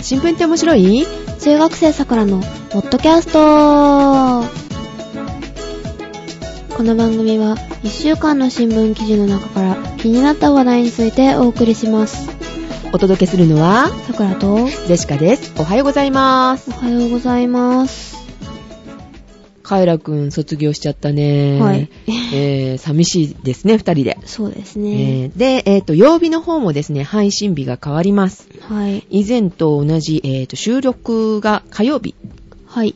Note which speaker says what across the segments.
Speaker 1: 新聞って面白い
Speaker 2: 中学生さくらのポッドキャストこの番組は1週間の新聞記事の中から気になった話題についてお送りします
Speaker 1: お届けするのは、
Speaker 2: さくらと
Speaker 1: ゼシカです。おはようございます。
Speaker 2: おはようございます
Speaker 1: カエラくん卒業しちゃったね。
Speaker 2: はい
Speaker 1: えー、寂しいですね、二人で。
Speaker 2: そうです
Speaker 1: え
Speaker 2: ね、
Speaker 1: ーで、えっ、と、曜日の方もですね、配信日が変わります。
Speaker 2: はい
Speaker 1: 以前と同じ、えっ、と、収録が火曜日
Speaker 2: はい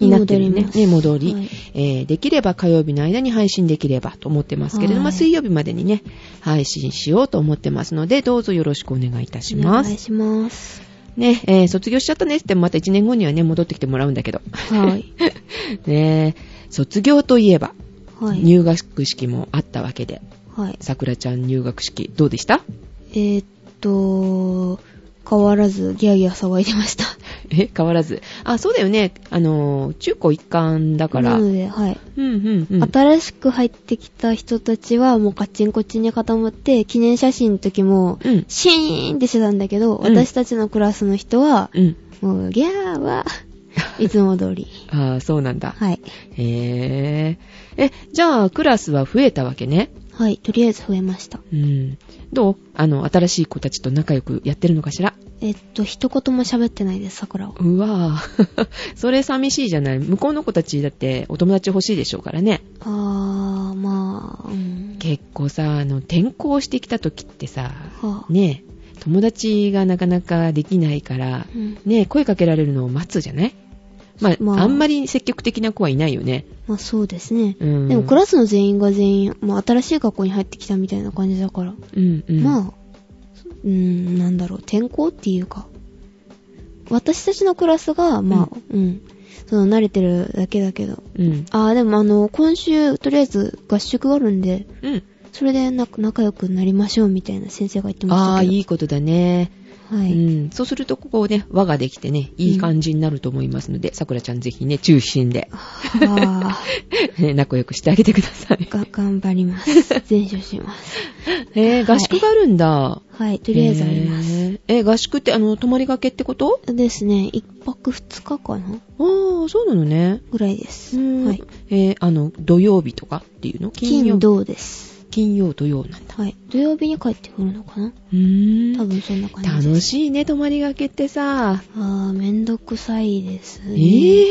Speaker 1: になってる
Speaker 2: 戻
Speaker 1: ね
Speaker 2: り。ます
Speaker 1: ね、戻り、
Speaker 2: はい
Speaker 1: えーできれば火曜日の間に配信できればと思ってますけれども、
Speaker 2: はい
Speaker 1: 水曜日までにね、配信しようと思ってますので、どうぞよろしくお願いいたしま
Speaker 2: お願い
Speaker 1: す。
Speaker 2: します
Speaker 1: ね、えー卒業しちゃったねって言ってもまた1年後にはね、戻ってきてもらうんだけど。
Speaker 2: はい
Speaker 1: ねえ、卒業といえば、
Speaker 2: はい
Speaker 1: 入学式もあったわけで、
Speaker 2: はい
Speaker 1: さくらちゃん入学式どうでした
Speaker 2: えー、っと変わらずギャーギャー騒いでました
Speaker 1: え、変わらず。あ、そうだよね。あのー、中高一貫だから。
Speaker 2: な
Speaker 1: うん
Speaker 2: のではい
Speaker 1: うんうん。
Speaker 2: 新しく入ってきた人たちはもうカッチンコッチンに固まって記念写真の時も
Speaker 1: うん。
Speaker 2: シーンってしてたんだけど、
Speaker 1: うん
Speaker 2: 私たちのクラスの人は
Speaker 1: うん。
Speaker 2: もうギャーはいつも通り
Speaker 1: ああ、そうなんだ。
Speaker 2: はい
Speaker 1: へえ。え、じゃあ、クラスは増えたわけね。
Speaker 2: はいとりあえず増えました
Speaker 1: うん。どうあの、新しい子たちと仲良くやってるのかしら
Speaker 2: えっと一言も喋ってないです桜は
Speaker 1: うわぁ。 それ寂しいじゃない。向こうの子たちだってお友達欲しいでしょうからね。
Speaker 2: あーまあうん
Speaker 1: 結構さ、あの、転校してきた時ってさ、
Speaker 2: はあ、
Speaker 1: ねえ、友達がなかなかできないから、
Speaker 2: うん
Speaker 1: ねえ、声かけられるのを待つじゃないまあ、
Speaker 2: まあ
Speaker 1: あんまり積極的な子はいないよね。
Speaker 2: まあそうですね、
Speaker 1: うん。
Speaker 2: でもクラスの全員が全員、まあ、新しい学校に入ってきたみたいな感じだから、
Speaker 1: うんうん。
Speaker 2: まあ、うーん、なんだろう、転校っていうか、私たちのクラスが、まあ、うん、その慣れてるだけだけど。
Speaker 1: うん。
Speaker 2: ああ、でもあの、今週、とりあえず合宿があるんで、
Speaker 1: うん。
Speaker 2: それでな仲良くなりましょうみたいな先生が言ってましたけど。
Speaker 1: ああ、いいことだね。
Speaker 2: は
Speaker 1: う
Speaker 2: い。
Speaker 1: ん、そうすると、ここね、輪ができてね、いい感じになると思いますので、さくらちゃんぜひね、中心で、
Speaker 2: は
Speaker 1: ね、仲良くしてあげてください
Speaker 2: あ、。が、頑張 ります。全処します。
Speaker 1: えー、合宿があるんだ。
Speaker 2: はい、とりあえずあります。
Speaker 1: へー。えー合宿って、あの、泊まりがけってこと
Speaker 2: ですね、一泊二日かな
Speaker 1: ああ、そうなのね。
Speaker 2: ぐらいです。
Speaker 1: うん
Speaker 2: はい。
Speaker 1: えーあの、土曜日とかっていうの金曜
Speaker 2: 金、土です。
Speaker 1: 金曜、土曜なんだ。
Speaker 2: はい。土曜日に帰ってくるのかな
Speaker 1: うーん。
Speaker 2: 多分そんな感じです。
Speaker 1: 楽しいね、泊まりがけってさ。
Speaker 2: あー、めんどくさいです
Speaker 1: え
Speaker 2: ね。
Speaker 1: ー、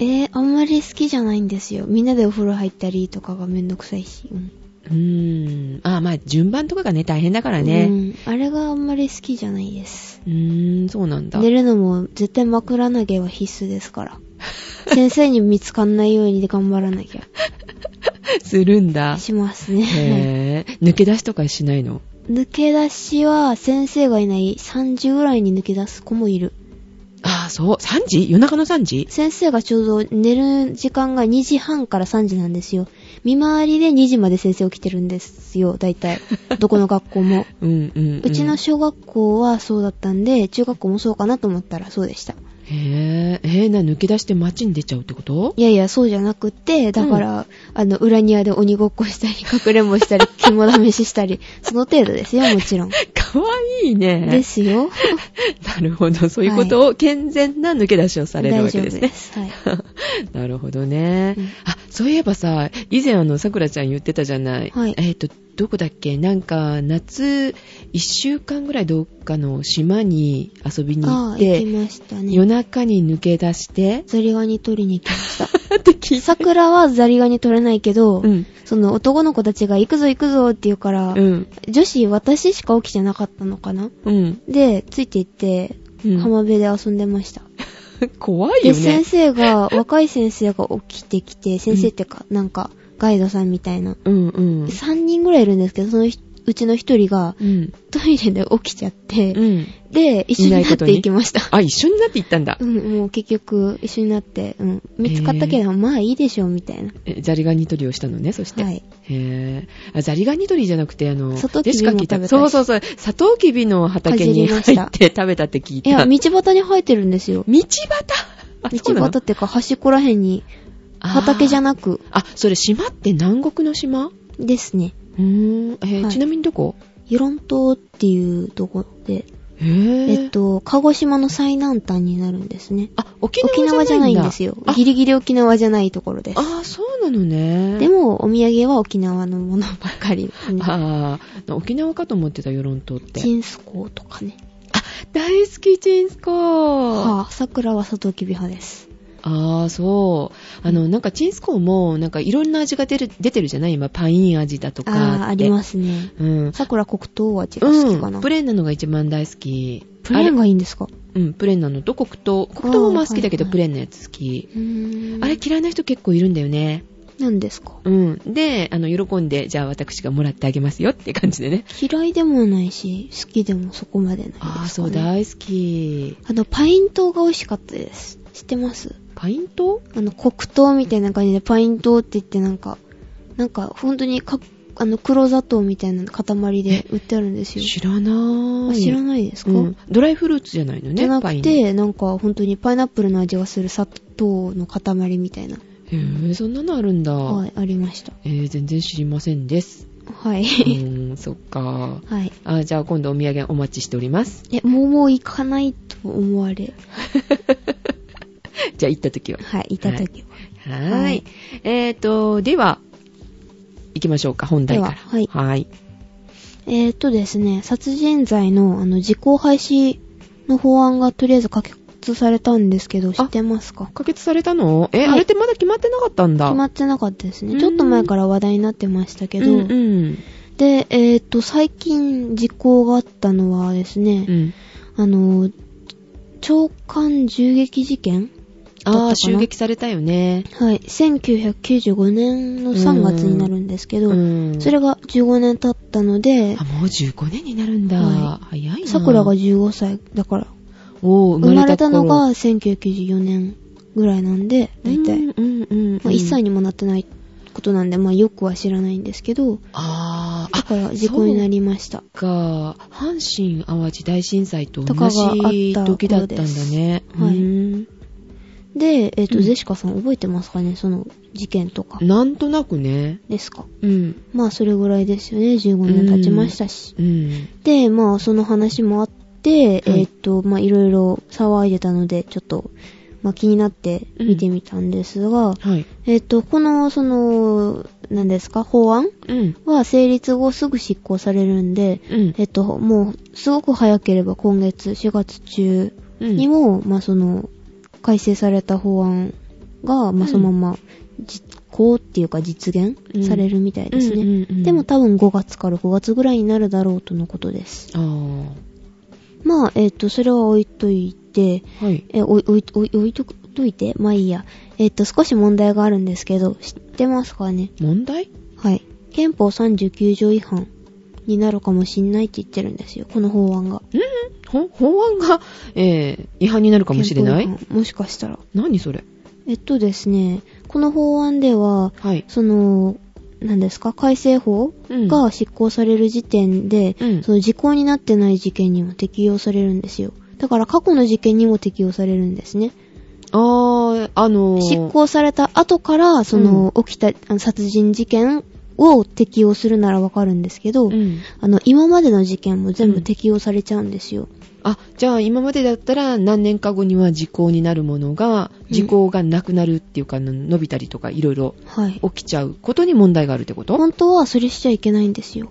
Speaker 2: えーあんまり好きじゃないんですよ。みんなでお風呂入ったりとかがめんどくさいし。うん。
Speaker 1: うーん。あーまあ、順番とかがね、大変だから
Speaker 2: う
Speaker 1: ね。
Speaker 2: ん。あれがあんまり好きじゃないです。
Speaker 1: うーん、そうなんだ。
Speaker 2: 寝るのも絶対枕投げは必須で すから。先生に見つかんないように頑張らなき
Speaker 1: するんだ
Speaker 2: ゃ。。しますね。
Speaker 1: へぇ、抜け出しとかしないの
Speaker 2: 抜け出しは先生がいない3時ぐらいに抜け出す子もいる。
Speaker 1: ああ、そう。3時夜中の3時
Speaker 2: 先生がちょうど寝る時間が2時半から3時なんですよ。見回りで2時まで先生起きてるんですよ、大体。どこの学 校も。
Speaker 1: うんうん、うん。
Speaker 2: うちの小学校はそうだったんで、中学校もそうかなと思ったらそうでした。
Speaker 1: へぇ、えー、な、抜け出して街に出ちゃうってこと
Speaker 2: いやいや、そうじゃなくって、だから、あの、裏庭で鬼ごっこしたり、かくれんぼした り、肝試ししたり、その程度ですよ、もちろん。
Speaker 1: かわいいね。
Speaker 2: ですよ。
Speaker 1: なるほど。そういうことを、健全な抜け出しをされるわけですね。
Speaker 2: す。はい。
Speaker 1: なるほどね、
Speaker 2: うん
Speaker 1: あ、そういえばさ、以前あの、さくらちゃん言ってたじゃない。
Speaker 2: はい
Speaker 1: えっ、と、どこだっけなんか、夏、一週間ぐらいどっかの島に遊びに行
Speaker 2: ああ、
Speaker 1: っ
Speaker 2: 行
Speaker 1: て、
Speaker 2: きました
Speaker 1: 夜
Speaker 2: ね。
Speaker 1: 中に抜け出して、
Speaker 2: ザリガニ取りに行きました。
Speaker 1: って聞いた。
Speaker 2: 桜はザリガニ取れないけど、
Speaker 1: うん。
Speaker 2: その男の子たちが行くぞ行くぞって言うから、
Speaker 1: うん。
Speaker 2: 女子私しか起きてなかったのかな
Speaker 1: うん。
Speaker 2: で、ついて行って、
Speaker 1: うん
Speaker 2: 浜辺で遊んでました。
Speaker 1: 怖い
Speaker 2: で、
Speaker 1: よ
Speaker 2: 先
Speaker 1: ね。
Speaker 2: 生が、若い先生が起きてきて、先生ってか、なんか、ガイドさんみたいな。
Speaker 1: うんうん。
Speaker 2: 3人ぐらいいるんですけど、そのひうちの1人が、
Speaker 1: うん。
Speaker 2: トイレで起きちゃって、
Speaker 1: うん。
Speaker 2: で、一緒になっていきました。
Speaker 1: あ、一緒になって行ったんだ
Speaker 2: う。ん、もう結局、一緒になって、うん、見つかったけど、まあいいでしょう、みたいな。
Speaker 1: えザリガニ取りをしたのね、そして。
Speaker 2: はい。
Speaker 1: へぇ。あザリガニ取りじゃなくて、あの、
Speaker 2: サトウキ
Speaker 1: ジ
Speaker 2: ビ
Speaker 1: ェシカ聞い
Speaker 2: も食べ
Speaker 1: た。
Speaker 2: たり
Speaker 1: そうそうそう。サトウキビの畑に
Speaker 2: かじ
Speaker 1: 入
Speaker 2: りま
Speaker 1: っ
Speaker 2: して
Speaker 1: 食べたって聞い
Speaker 2: い
Speaker 1: た。
Speaker 2: や、道端に生えてるんですよ。
Speaker 1: 道端あ
Speaker 2: 道端ってか、端っこらへんに、畑じゃ
Speaker 1: な
Speaker 2: なく、
Speaker 1: あ、それ島って南国の島う
Speaker 2: ですね。
Speaker 1: ーん。えー
Speaker 2: はい
Speaker 1: ちなみにどこ
Speaker 2: 与論島っていうとこで、
Speaker 1: へー
Speaker 2: えっと、鹿児島の最南端になるんですね。
Speaker 1: あ、沖
Speaker 2: 沖縄
Speaker 1: 縄
Speaker 2: じ
Speaker 1: じ
Speaker 2: ゃ
Speaker 1: ゃ
Speaker 2: な
Speaker 1: ない
Speaker 2: い
Speaker 1: ん
Speaker 2: ん
Speaker 1: だ
Speaker 2: ですよ。
Speaker 1: あ
Speaker 2: ギリギリ沖縄じゃないところです。
Speaker 1: あー、そうなのね。
Speaker 2: でも、お土産は沖縄のものばかり。うん
Speaker 1: あー沖縄かと思ってた、与論島って。
Speaker 2: チンスコーとかね。
Speaker 1: あ、大好き、チンスコー。
Speaker 2: はあ、桜はサトウキビ派です。
Speaker 1: ああ、そう。あの、なんか、チンスコーも、なんか、いろんな味が出る、出てるじゃない今、パイン味だとかって。
Speaker 2: ああ、ありますね。
Speaker 1: うん。
Speaker 2: 桜黒糖味が好きか
Speaker 1: う
Speaker 2: な。
Speaker 1: ん。プ
Speaker 2: プレ
Speaker 1: レーンなのが一番大好き。
Speaker 2: ーン
Speaker 1: あ
Speaker 2: がいいんですか
Speaker 1: れうん、プレーンなのと黒糖。黒糖もまあ好きだけど、
Speaker 2: あーはい
Speaker 1: プレ
Speaker 2: はい
Speaker 1: ーンのやつ好き。
Speaker 2: うーん
Speaker 1: あれ嫌いな人結構いるんだよね。
Speaker 2: 何ですか
Speaker 1: うん。で、あの、喜んで、じゃあ私がもらってあげますよって感じでね。
Speaker 2: 嫌いでもないし、好きでもそこまでないですか、ね。
Speaker 1: ああ、そう、大好き。
Speaker 2: あの、パイン糖が美味しかったです。知ってます
Speaker 1: パイント
Speaker 2: あの、黒糖みたいな感じで、パイン糖って言ってなんか、なんか、本当にか、あの、黒砂糖みたいな塊で売ってあるんですよ。
Speaker 1: 知らな
Speaker 2: あ
Speaker 1: い。
Speaker 2: 知ら
Speaker 1: い
Speaker 2: ないですか、
Speaker 1: うん。ドライフルーツじゃないの
Speaker 2: じ
Speaker 1: ね
Speaker 2: ゃ、な
Speaker 1: パイ
Speaker 2: く
Speaker 1: ンの。へ
Speaker 2: て、なんか本当にパイナップルの味がする砂糖の塊みたいな。
Speaker 1: え、そんなのあるんだ。
Speaker 2: はい、ありました。
Speaker 1: えー、全然知りません です。。
Speaker 2: はいう
Speaker 1: ーん、そっか。
Speaker 2: はい。
Speaker 1: あ、じゃあ今度お土産お待ちしております。
Speaker 2: え、もうもう行かないと思われ。
Speaker 1: じゃあ行った時は。
Speaker 2: はい、いただきます。
Speaker 1: はーい。
Speaker 2: はい
Speaker 1: えーと、では、行きましょうか、本題から。
Speaker 2: でははい
Speaker 1: はい。
Speaker 2: えーっとですね、殺人罪の、あの、時効廃止の法案がとりあえず可決されたんですけど、知ってますか
Speaker 1: 可決されたのえ、
Speaker 2: はい
Speaker 1: あれってまだ決まってなかったんだ。
Speaker 2: 決まってなかったです
Speaker 1: う
Speaker 2: ね。
Speaker 1: ん
Speaker 2: ちょっと前から話題になってましたけど、
Speaker 1: うんうん。
Speaker 2: で、えーっと、最近時効があったのはですね、
Speaker 1: うん。
Speaker 2: あの、長官銃撃事件だったか
Speaker 1: あ
Speaker 2: な
Speaker 1: あ、襲撃されたよね。
Speaker 2: はい、1995年の3月になるんですけど、
Speaker 1: うん
Speaker 2: それが15年経ったので
Speaker 1: あ、、もう15年になるんだ。
Speaker 2: は
Speaker 1: 早いな。
Speaker 2: 桜が15歳だから、
Speaker 1: おー生
Speaker 2: 生
Speaker 1: ま
Speaker 2: まれ
Speaker 1: れた
Speaker 2: たの
Speaker 1: 頃
Speaker 2: が1994年ぐらいなんで、大体。
Speaker 1: うんうんうんうん。
Speaker 2: まあ、1歳にもなってないことなんで、まあよくは知らないんですけど、
Speaker 1: あー
Speaker 2: だ
Speaker 1: あ、
Speaker 2: から事故になりました。
Speaker 1: が、阪神・淡路大震災と
Speaker 2: とか
Speaker 1: 同
Speaker 2: があった
Speaker 1: じ時だったんだね。
Speaker 2: 頃です
Speaker 1: うん
Speaker 2: で、えっ、と、
Speaker 1: うん
Speaker 2: ゼシカさん覚えてますかねその事件とか
Speaker 1: なんとなくね。
Speaker 2: ですか。
Speaker 1: うん。
Speaker 2: まあそれぐらいですよね。15年経ちましたし。
Speaker 1: うん。
Speaker 2: で、まあその話もあって、
Speaker 1: はい
Speaker 2: えっ、と、まあいろいろ騒いでたので、ちょっと、まあ気になって見てみたんですが、
Speaker 1: はい。
Speaker 2: えっ、と、この、その、何ですか、法案
Speaker 1: うん。
Speaker 2: は成立後すぐ執行されるんで、
Speaker 1: うん。
Speaker 2: えっと、もう、すごく早ければ今月4月中
Speaker 1: うん
Speaker 2: にも、まあ、その、改正された法案が、まあ、
Speaker 1: うん
Speaker 2: そのまま、実行っていうか実現
Speaker 1: うん
Speaker 2: されるみたいです
Speaker 1: うん
Speaker 2: ね。
Speaker 1: うんうん
Speaker 2: でも多分5月から5月ぐらいになるだろうとのことです。
Speaker 1: ああ。
Speaker 2: まあ、えっと、それは置いといて、
Speaker 1: はい。
Speaker 2: え、おい、おい、おい、置いとく、といて、まあいいや。えっと、少し問題があるんですけど、知ってますかね
Speaker 1: 問題
Speaker 2: はい。憲法39条違反になるかもしんないって言ってるんですよ。この法案が。
Speaker 1: ほ法案が、えー、違反になるかもしれない
Speaker 2: 憲法違反もしかしたら。
Speaker 1: 何それ
Speaker 2: えっとですね、この法案では、
Speaker 1: はい。
Speaker 2: その、何ですか、改正法
Speaker 1: うん
Speaker 2: が執行される時点で、
Speaker 1: うん
Speaker 2: その時効になってない事件にも適用されるんですよ。だから過去の事件にも適用されるんですね。
Speaker 1: あー、あのー、
Speaker 2: 執行された後から、その、起きたあの殺人事件を適用するならわかるんですけど、
Speaker 1: うん。
Speaker 2: あの、今までの事件も全
Speaker 1: う
Speaker 2: 部
Speaker 1: ん
Speaker 2: 適用されちゃうんですよ。
Speaker 1: あ、じゃあ今までだったら何年か後には時効になるものが、時効がなくなるっていうか、伸びたりとかいろいろ
Speaker 2: はい。
Speaker 1: 起きちゃうことに問題があるってこと
Speaker 2: 本当はそれしちゃいけないんですよ。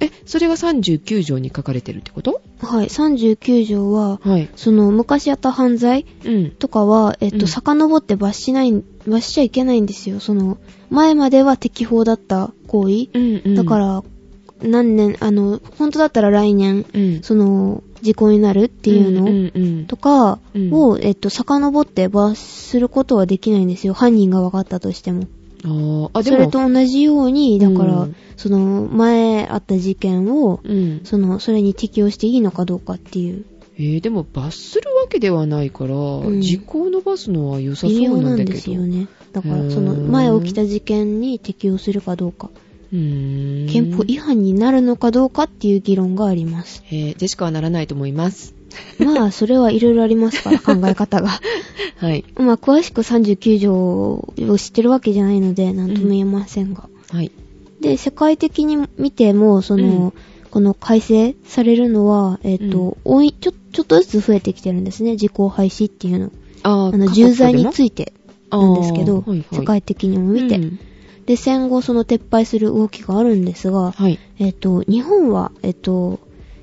Speaker 1: え、それが39条に書かれてるってこと
Speaker 2: はい。39条は、
Speaker 1: はい。
Speaker 2: その、昔やった犯罪
Speaker 1: うん。
Speaker 2: とかは、えっと、
Speaker 1: うん
Speaker 2: 遡って罰しない、罰しちゃいけないんですよ。その、前までは適法だった行為。
Speaker 1: うん、うん。
Speaker 2: だか、ら、何年、あの、本当だったら来年、
Speaker 1: うん。
Speaker 2: その、時効になるっていうの、
Speaker 1: うん、うん。
Speaker 2: とか
Speaker 1: うん
Speaker 2: を、えっと、遡って罰することはできないんですよ。犯人が分かったとしても。
Speaker 1: あーあ、で
Speaker 2: そ
Speaker 1: も、
Speaker 2: れと同じように、だから、
Speaker 1: うん
Speaker 2: その、前あった事件を、
Speaker 1: うん。
Speaker 2: その、それに適用していいのかどうかっていう、
Speaker 1: えー、でも罰するわけではないから、
Speaker 2: ん
Speaker 1: 時効伸ばすのは良さ
Speaker 2: 微
Speaker 1: そ
Speaker 2: 妙
Speaker 1: うな
Speaker 2: なん
Speaker 1: だ
Speaker 2: ん
Speaker 1: けど。
Speaker 2: ですよね。だか
Speaker 1: うー
Speaker 2: ら、
Speaker 1: ん
Speaker 2: その、前起きた事件に適用するかどうか、
Speaker 1: うーん。
Speaker 2: 憲法違反になるのかどうかっていう議論があります。
Speaker 1: えー、ジェシカはならないと思います。
Speaker 2: まあ、それはいろいろありますから、考え方 が。
Speaker 1: はい。
Speaker 2: まあ、詳しく39条を知ってるわけじゃないので、なんとも言えませんが。
Speaker 1: はい。
Speaker 2: で、世界的に見ても、その、この改正されるのは、えっ、と、多いちょ、ちょっとずつ増えてきてるんですね、時効廃止っていうの。
Speaker 1: あ
Speaker 2: あ
Speaker 1: ー
Speaker 2: の、
Speaker 1: 過去
Speaker 2: 重罪に
Speaker 1: い
Speaker 2: ついてなんですけど、世界的にも見て、
Speaker 1: うん
Speaker 2: で、戦後その撤廃する動きがあるんですが、
Speaker 1: はい。
Speaker 2: えっ、と、日本は、えっ、と、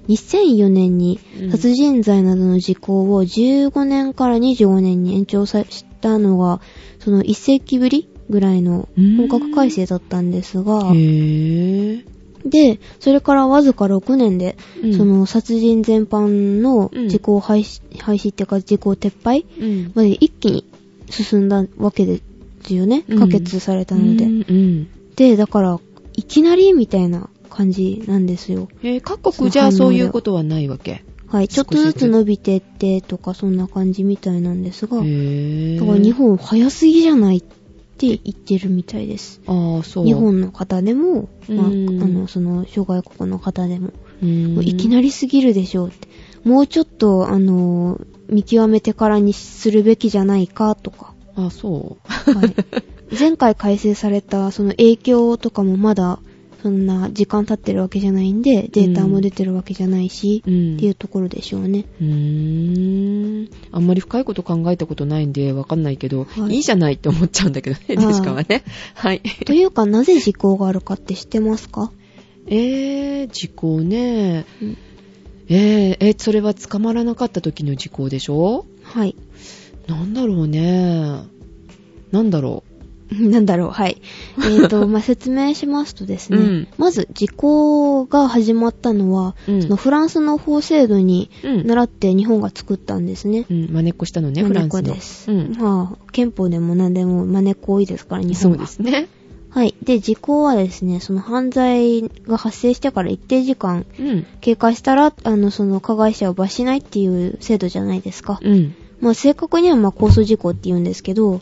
Speaker 2: 2004年に
Speaker 1: うん
Speaker 2: 殺人罪などの時効を15年から25年に延長さしたのが、その1世紀ぶりぐらいの本格改正だったんですが、
Speaker 1: へぇ
Speaker 2: で、それからわずか6年で、
Speaker 1: うん
Speaker 2: その殺人全般の
Speaker 1: うん
Speaker 2: 時効廃止、廃止っていうか時効撤廃
Speaker 1: うん。
Speaker 2: まで一気に進んだわけですよね。
Speaker 1: うん
Speaker 2: 可決されたので。
Speaker 1: うんうん。
Speaker 2: で、だから、いきなりみたいな感じなんですよ。
Speaker 1: えー各国じゃあそういうことはないわけ。
Speaker 2: はい。ちょっとずつ伸びてってとか、そんな感じみたいなんです
Speaker 1: へ
Speaker 2: が、
Speaker 1: ぇ
Speaker 2: だから日本早すぎじゃないって言ってるみたいです。
Speaker 1: 本、ああ、そう。
Speaker 2: 日本の方でも、まあ、あ
Speaker 1: うん
Speaker 2: の、その、諸外国の方でも。
Speaker 1: うん、
Speaker 2: もういきなりすぎるでしょうって。もうちょっと、あのー、見極めてからにするべきじゃないかとか。
Speaker 1: あ、そう。
Speaker 2: はい、前回改正された、その影響とかもまだ、そんな時間経ってるわけじゃないんで、データも出てるわけじゃないし、
Speaker 1: うん
Speaker 2: っていうところでしょうね。
Speaker 1: うーん。あんまり深いこと考えたことないんで、わかんないけど、
Speaker 2: はい
Speaker 1: い、いじゃないって思っちゃうんだけどね、
Speaker 2: あー
Speaker 1: デシカはね。はい。
Speaker 2: というか、なぜ時効があるかって知ってますか、
Speaker 1: えー、時効ね。
Speaker 2: うん
Speaker 1: えー、えそれは捕まらなかった時の時効でしょ
Speaker 2: はい。
Speaker 1: なんだろうね。なんだろ
Speaker 2: なんだろう、はい。えっ、と、まあ、説明しますとですね、
Speaker 1: うん
Speaker 2: まず、時効が始まったのは、
Speaker 1: うん
Speaker 2: そのフランスの法制度に
Speaker 1: う。うん。
Speaker 2: 習って日本が作ったんですね。
Speaker 1: うん、真似っこしたのね、フランスの。
Speaker 2: です、
Speaker 1: うん。
Speaker 2: まあ、憲法でも何でも真似っこ多いですから、日
Speaker 1: そ
Speaker 2: 本
Speaker 1: う
Speaker 2: は。
Speaker 1: ですね。
Speaker 2: はい。で、時効はですね、その犯罪が発生してから一定時間
Speaker 1: うん。
Speaker 2: 経過したら、あの、その加害者を罰しないっていう制度じゃないですか。
Speaker 1: うん。
Speaker 2: まあ、正確にはまあ、控訴時効って言うんですけど、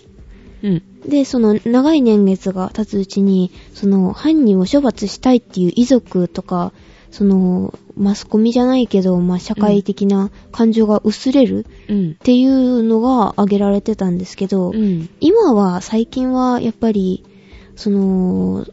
Speaker 1: うん。
Speaker 2: で、その長い年月が経つうちに、その犯人を処罰したいっていう遺族とか、その、マスコミじゃないけど、まあ、社会的な感情が薄れる
Speaker 1: うん
Speaker 2: っ。ていうのが挙げられてたんですけ
Speaker 1: う
Speaker 2: ど、
Speaker 1: ん。
Speaker 2: 今は最近はやっぱりその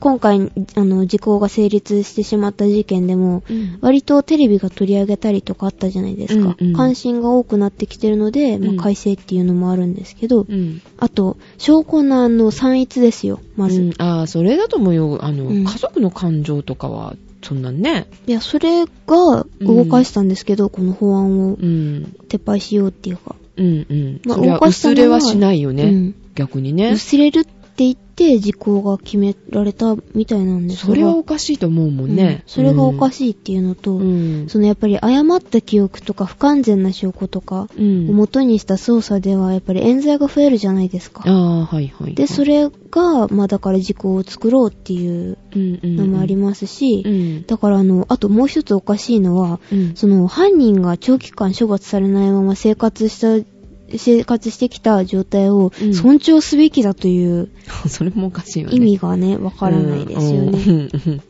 Speaker 2: 今回あの時効が成立してしまった事件でも
Speaker 1: うん
Speaker 2: 割とテレビが取り上げたりとかあったじゃないですか、
Speaker 1: うんうん
Speaker 2: 関心が多くなってきてるので、まあ
Speaker 1: うん
Speaker 2: 改正っていうのもあるんですけ
Speaker 1: う
Speaker 2: ど、
Speaker 1: ん。
Speaker 2: あと証拠のあの散逸ですよまず、
Speaker 1: う
Speaker 2: い
Speaker 1: ん、ああ、それだと思うよ。あの、
Speaker 2: うん
Speaker 1: 家族の感情とかは、そんなんね。
Speaker 2: やそれが動かしたんですけど、この法案
Speaker 1: う
Speaker 2: を
Speaker 1: ん。
Speaker 2: 撤廃しようっていうか、
Speaker 1: うんうん。
Speaker 2: まあ
Speaker 1: それは
Speaker 2: 動かした
Speaker 1: 薄
Speaker 2: のは
Speaker 1: れはしないよね。
Speaker 2: うん
Speaker 1: 逆にね。
Speaker 2: 薄れるって言って時効が決められたみたいなんですが
Speaker 1: それはおかしいと思うもんね。
Speaker 2: うんそれがおか
Speaker 1: い。
Speaker 2: しいっていうのと、
Speaker 1: うん。
Speaker 2: そのやっぱり誤った記憶とか不完全な証拠とか
Speaker 1: う
Speaker 2: を
Speaker 1: ん。
Speaker 2: 元にした捜査ではやっぱり冤罪が増えるじゃないですか。
Speaker 1: ああ、はいはいはい。
Speaker 2: で、それが、まあだから事故を作ろうっていうの
Speaker 1: の
Speaker 2: もありますし、
Speaker 1: うん。
Speaker 2: だからあの、あともう一つおかしいのは、
Speaker 1: うん。
Speaker 2: その犯人が長期間処罰されないまま生活した、生活してきた状態を
Speaker 1: うん
Speaker 2: 尊重すべきだという
Speaker 1: それもおかしいよね。
Speaker 2: 意味がね、わからないですよ
Speaker 1: う
Speaker 2: ね。
Speaker 1: ん。うん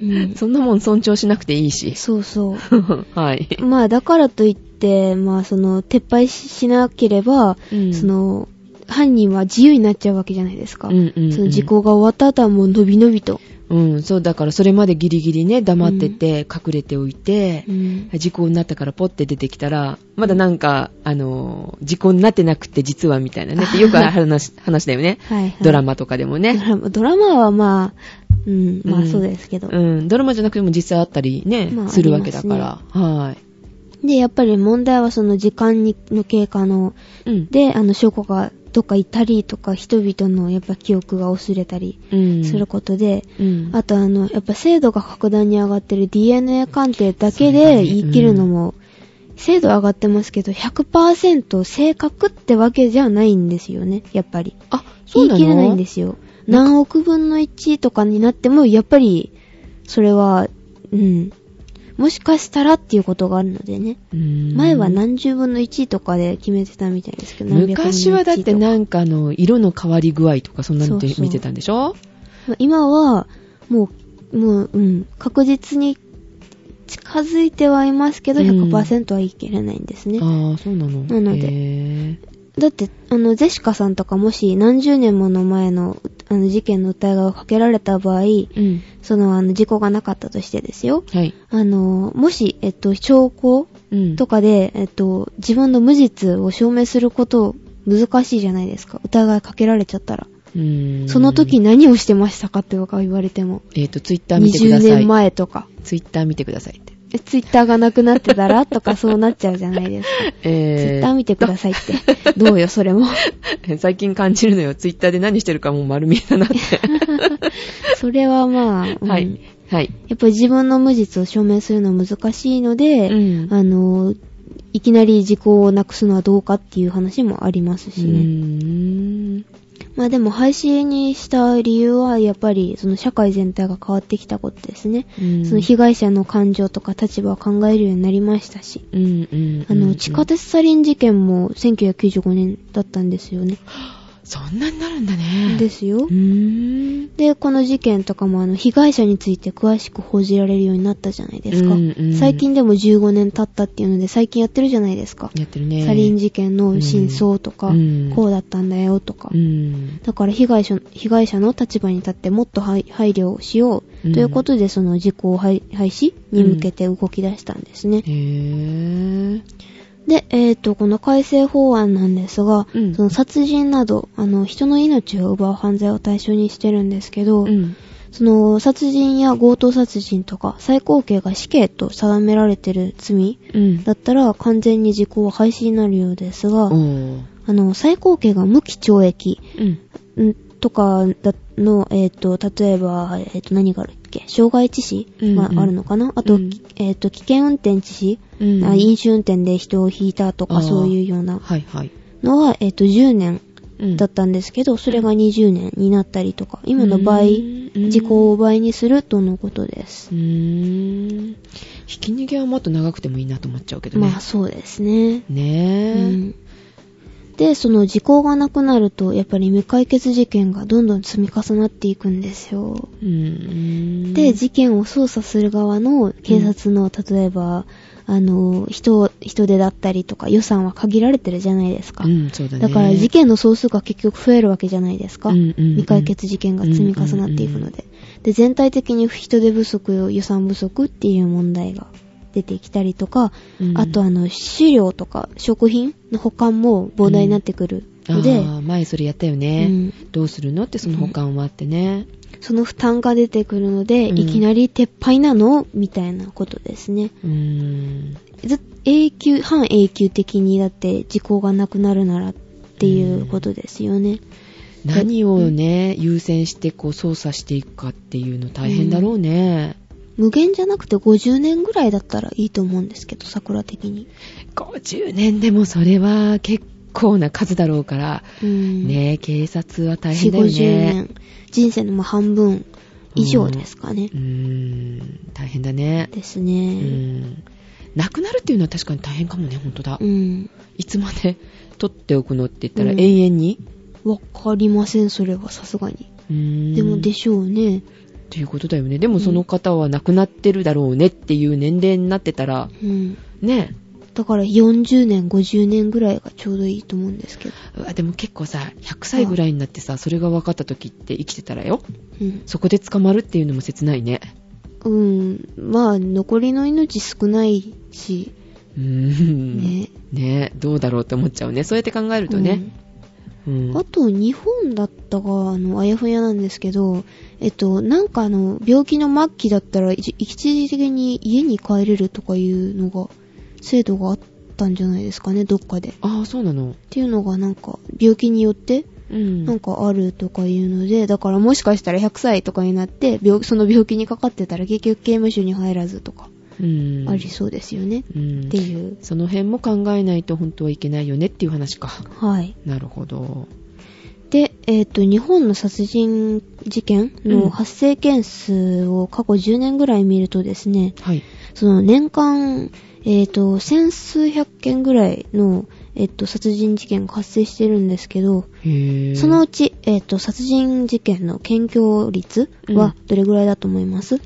Speaker 2: うん
Speaker 1: そんなもん尊重しなくていいし。
Speaker 2: そうそう。
Speaker 1: はい。
Speaker 2: まあだからといって、まあその撤廃ししなければ、
Speaker 1: うん
Speaker 2: その犯人は自由になっちゃうわけじゃないですか。
Speaker 1: うんうんうん
Speaker 2: その時効が終わった後はもう伸び伸びと。
Speaker 1: うん、そう、だからそれまでギリギリね、黙ってて、隠れておいて、時効になったからポッて出てきたら、まだなんか、あのー、時効になってなくて実はみたいな ね、ってよくある話、話だよね。
Speaker 2: はいはい。
Speaker 1: ドラマとかでも
Speaker 2: ド
Speaker 1: ね。
Speaker 2: ラマ。ドラマはまあ、うん、ま
Speaker 1: う
Speaker 2: あ
Speaker 1: ん
Speaker 2: そうですけど。
Speaker 1: うん、ドラマじゃなくても実際あったりね、
Speaker 2: まあ
Speaker 1: するわけだから。は
Speaker 2: で、やっぱり問題はその時間にの経過の、
Speaker 1: い。うん。
Speaker 2: で、あの証拠がどっかいたりとか、人々のやっぱ記憶が薄れたり
Speaker 1: うん。
Speaker 2: することで、
Speaker 1: うん。
Speaker 2: あとあの、やっぱ精度が格段に上がってる DNA 鑑定だけで言い切るのも、精度上がってますけど、100%正確ってわけじゃないんですよね、やっぱり。
Speaker 1: あ、そ
Speaker 2: 言
Speaker 1: う
Speaker 2: い
Speaker 1: なの
Speaker 2: 切れないんですよ。何億分の1とかになっても、やっぱり、それは、うん。もしかしたらっていうことがあるのでね。
Speaker 1: うん
Speaker 2: 前は何十分の1とかで決めてたみたいですけど、何百分の1
Speaker 1: 昔はだって
Speaker 2: とか
Speaker 1: なんかあの、色の変わり具合とかそんなので
Speaker 2: そうそう
Speaker 1: 見てたんでしょ
Speaker 2: まあ今は、もう、もう、うん、確実に近づいてはいますけど、
Speaker 1: うん
Speaker 2: 100%はいけれないんですね。
Speaker 1: ああ、そうなの。
Speaker 2: なので
Speaker 1: へー
Speaker 2: だって、あの、ゼシカさんとかもし何十年もの前の、あの、事件の疑いをかけられた場合、
Speaker 1: うん。
Speaker 2: その、あの、事故がなかったとしてですよ。
Speaker 1: はい。
Speaker 2: あの、もし、えっと、証拠
Speaker 1: うん。
Speaker 2: とかで、えっと、自分の無実を証明すること、難しいじゃないですか。疑いかけられちゃったら。
Speaker 1: うん
Speaker 2: その時何をしてましたかってか言われても。
Speaker 1: えっ、と、ツイッター見てく
Speaker 2: 20
Speaker 1: ださ
Speaker 2: 年
Speaker 1: い。
Speaker 2: 前とか。
Speaker 1: ツイッター見てくださいっ て。
Speaker 2: え、ツイッターがなくなってたらとかそうなっちゃうじゃないですか。ツイ
Speaker 1: え
Speaker 2: ッター見てくださいって。 どうよ、それも。
Speaker 1: ー、 最近感じるのよ。ツイッターで何してるかもう丸見えだな って。
Speaker 2: それはまあ、うん
Speaker 1: はい。はい。
Speaker 2: やっぱり自分の無実を証明するのは難しいので、
Speaker 1: うん
Speaker 2: あの、いきなり時効をなくすのはどうかっていう話もあります
Speaker 1: う
Speaker 2: しね。
Speaker 1: ーん。
Speaker 2: まあでも廃止にした理由はやっぱりその社会全体が変わってきたことですね。
Speaker 1: うん
Speaker 2: その被害者の感情とか立場を考えるようになりましたし。
Speaker 1: うんうん。
Speaker 2: あの、地下
Speaker 1: て。
Speaker 2: 鉄サリン事件も1995年だったんですよね。
Speaker 1: そんなになるんだね。。
Speaker 2: ですすよ
Speaker 1: う。ーん。
Speaker 2: で、この事件とかもあの、被害者について詳しく報じられるようになったじゃないですか。
Speaker 1: うんうん
Speaker 2: 最近でも15年経ったっていうので、最近やってるじゃないですか。
Speaker 1: やってるね。
Speaker 2: サリン事件の真相とか、
Speaker 1: うん
Speaker 2: こうだったんだよとか。
Speaker 1: うん。
Speaker 2: だから被害者被害者の立場に立ってもっと配配慮をしよう、
Speaker 1: うん
Speaker 2: ということでその事故廃廃止に向けて動き出したんですね
Speaker 1: へ。ぇー。
Speaker 2: で、えっ、と、この改正法案なんですが、
Speaker 1: うん
Speaker 2: その殺人など、あの、人の命を奪う犯罪を対象にしてるんですけど、
Speaker 1: うん。
Speaker 2: その、殺人や強盗殺人とか、最高刑が死刑と定められてる罪
Speaker 1: うん。
Speaker 2: だったら、完全に時効は廃止になるようですが、
Speaker 1: おー
Speaker 2: あの、最高刑が無期懲役、
Speaker 1: うん。
Speaker 2: んとかだの、えっ、と、例えば、えっ、と、何があるっけ傷害致死
Speaker 1: うんうん
Speaker 2: があるのかな、あと、
Speaker 1: うん
Speaker 2: えっ、と、危険運転致死、
Speaker 1: うん
Speaker 2: あ飲酒運転で人を引いたと
Speaker 1: あ
Speaker 2: か、
Speaker 1: ー
Speaker 2: そういうような
Speaker 1: はいはい。
Speaker 2: のは、えっ、と、10年
Speaker 1: うん
Speaker 2: だったんですけど、それが20年になったりとか、今の倍、
Speaker 1: うん
Speaker 2: 時効を倍にするとのことです
Speaker 1: う。ーん。ひき逃げはもっと長くてもいいなと思っちゃうけどね。
Speaker 2: まあ、そうですね。
Speaker 1: ねえ、
Speaker 2: うんで、その時効がなくなると、やっぱり未解決事件がどんどん積み重なっていくんですよ。
Speaker 1: うん
Speaker 2: で、事件を捜査する側の警察の、例えば、あの、人、人手だったりとか予算は限られてるじゃないですか。
Speaker 1: うん、そうだね。
Speaker 2: だから事件の総数が結局増えるわけじゃないですか。
Speaker 1: うんうんうん
Speaker 2: 未解決事件が積み重なっていくので。で、全体的に人手不足、予算不足っていう問題が出てきたりとか、
Speaker 1: うん
Speaker 2: あとあの、資料とか食品の保管も膨大になってくるので、
Speaker 1: ああ、前それやったよね、
Speaker 2: うん
Speaker 1: どうするのってその保管はあってね。
Speaker 2: その負担が出てくるので、
Speaker 1: うん
Speaker 2: いきなり撤廃なのみたいなことですね。
Speaker 1: うーん。
Speaker 2: ず永久、半永久的にだって時効がなくなるならっていうことですよね。
Speaker 1: 何をね、優先してこう操作していくかっていうの大変だろうね。
Speaker 2: 無限じゃなくて50年ぐらいだったらいいと思うんですけど、桜的に。
Speaker 1: 50年でもそれは結構な数だろうから、
Speaker 2: うん。
Speaker 1: ねえ警察は大変
Speaker 2: 4、
Speaker 1: だよね。
Speaker 2: 50年。人生のまあ半分以上ですかね
Speaker 1: う。ーん、大変だね。
Speaker 2: です
Speaker 1: う
Speaker 2: ね。
Speaker 1: ん。なくなるっていうのは確かに大変かもね、本当だ。
Speaker 2: うん。
Speaker 1: いつまで取っておくのって言ったら
Speaker 2: うん
Speaker 1: 永遠に、
Speaker 2: わかりません、それはさすがに。
Speaker 1: うーん
Speaker 2: でもでしょうね。
Speaker 1: っていうことだよね。でもその方は亡くなってるだろうねっていう年齢になってたら、
Speaker 2: うん。
Speaker 1: ね
Speaker 2: だから40年、50年ぐらいがちょうどいいと思うんですけど。
Speaker 1: うわでも結構さ、100歳ぐらいになってさ、それが分かった時って生きてたらよ。
Speaker 2: うん。
Speaker 1: そこで捕まるっていうのも切ないね。
Speaker 2: うん。まあ、残りの命少ないし、
Speaker 1: うーん。
Speaker 2: ね。
Speaker 1: ねどうだろうって思っちゃうね。そうやって考えるとね。うん。
Speaker 2: あと、日本だったが、あの、あやふやなんですけど、えっと、なんかあの、病気の末期だったら、一一時的に家に帰れるとかいうのが、制度があったんじゃないですかね、どっかで。っ
Speaker 1: ああ、そうなの。
Speaker 2: ていうのが、なんか、病気によって、
Speaker 1: うん。
Speaker 2: なんかあるとかいうので、だからもしかしたら100歳とかになって、病その病気にかかってたら結局刑務所に入らずとか、
Speaker 1: うん。
Speaker 2: ありそうですよね。
Speaker 1: うん
Speaker 2: っていう。
Speaker 1: その辺も考えないと本当はいけないよねっていう話か。
Speaker 2: はい。
Speaker 1: なるほど。
Speaker 2: で、えっ、と、日本の殺人事件
Speaker 1: うん
Speaker 2: の発生件数を過去10年ぐらい見るとですね、
Speaker 1: はい。
Speaker 2: その年間、えっ、と、千数百件ぐらいの、えっ、と、殺人事件が発生してるんですけど、
Speaker 1: へえ。
Speaker 2: そのうち、えっ、と、殺人事件の検挙率はどれぐらいだと思います、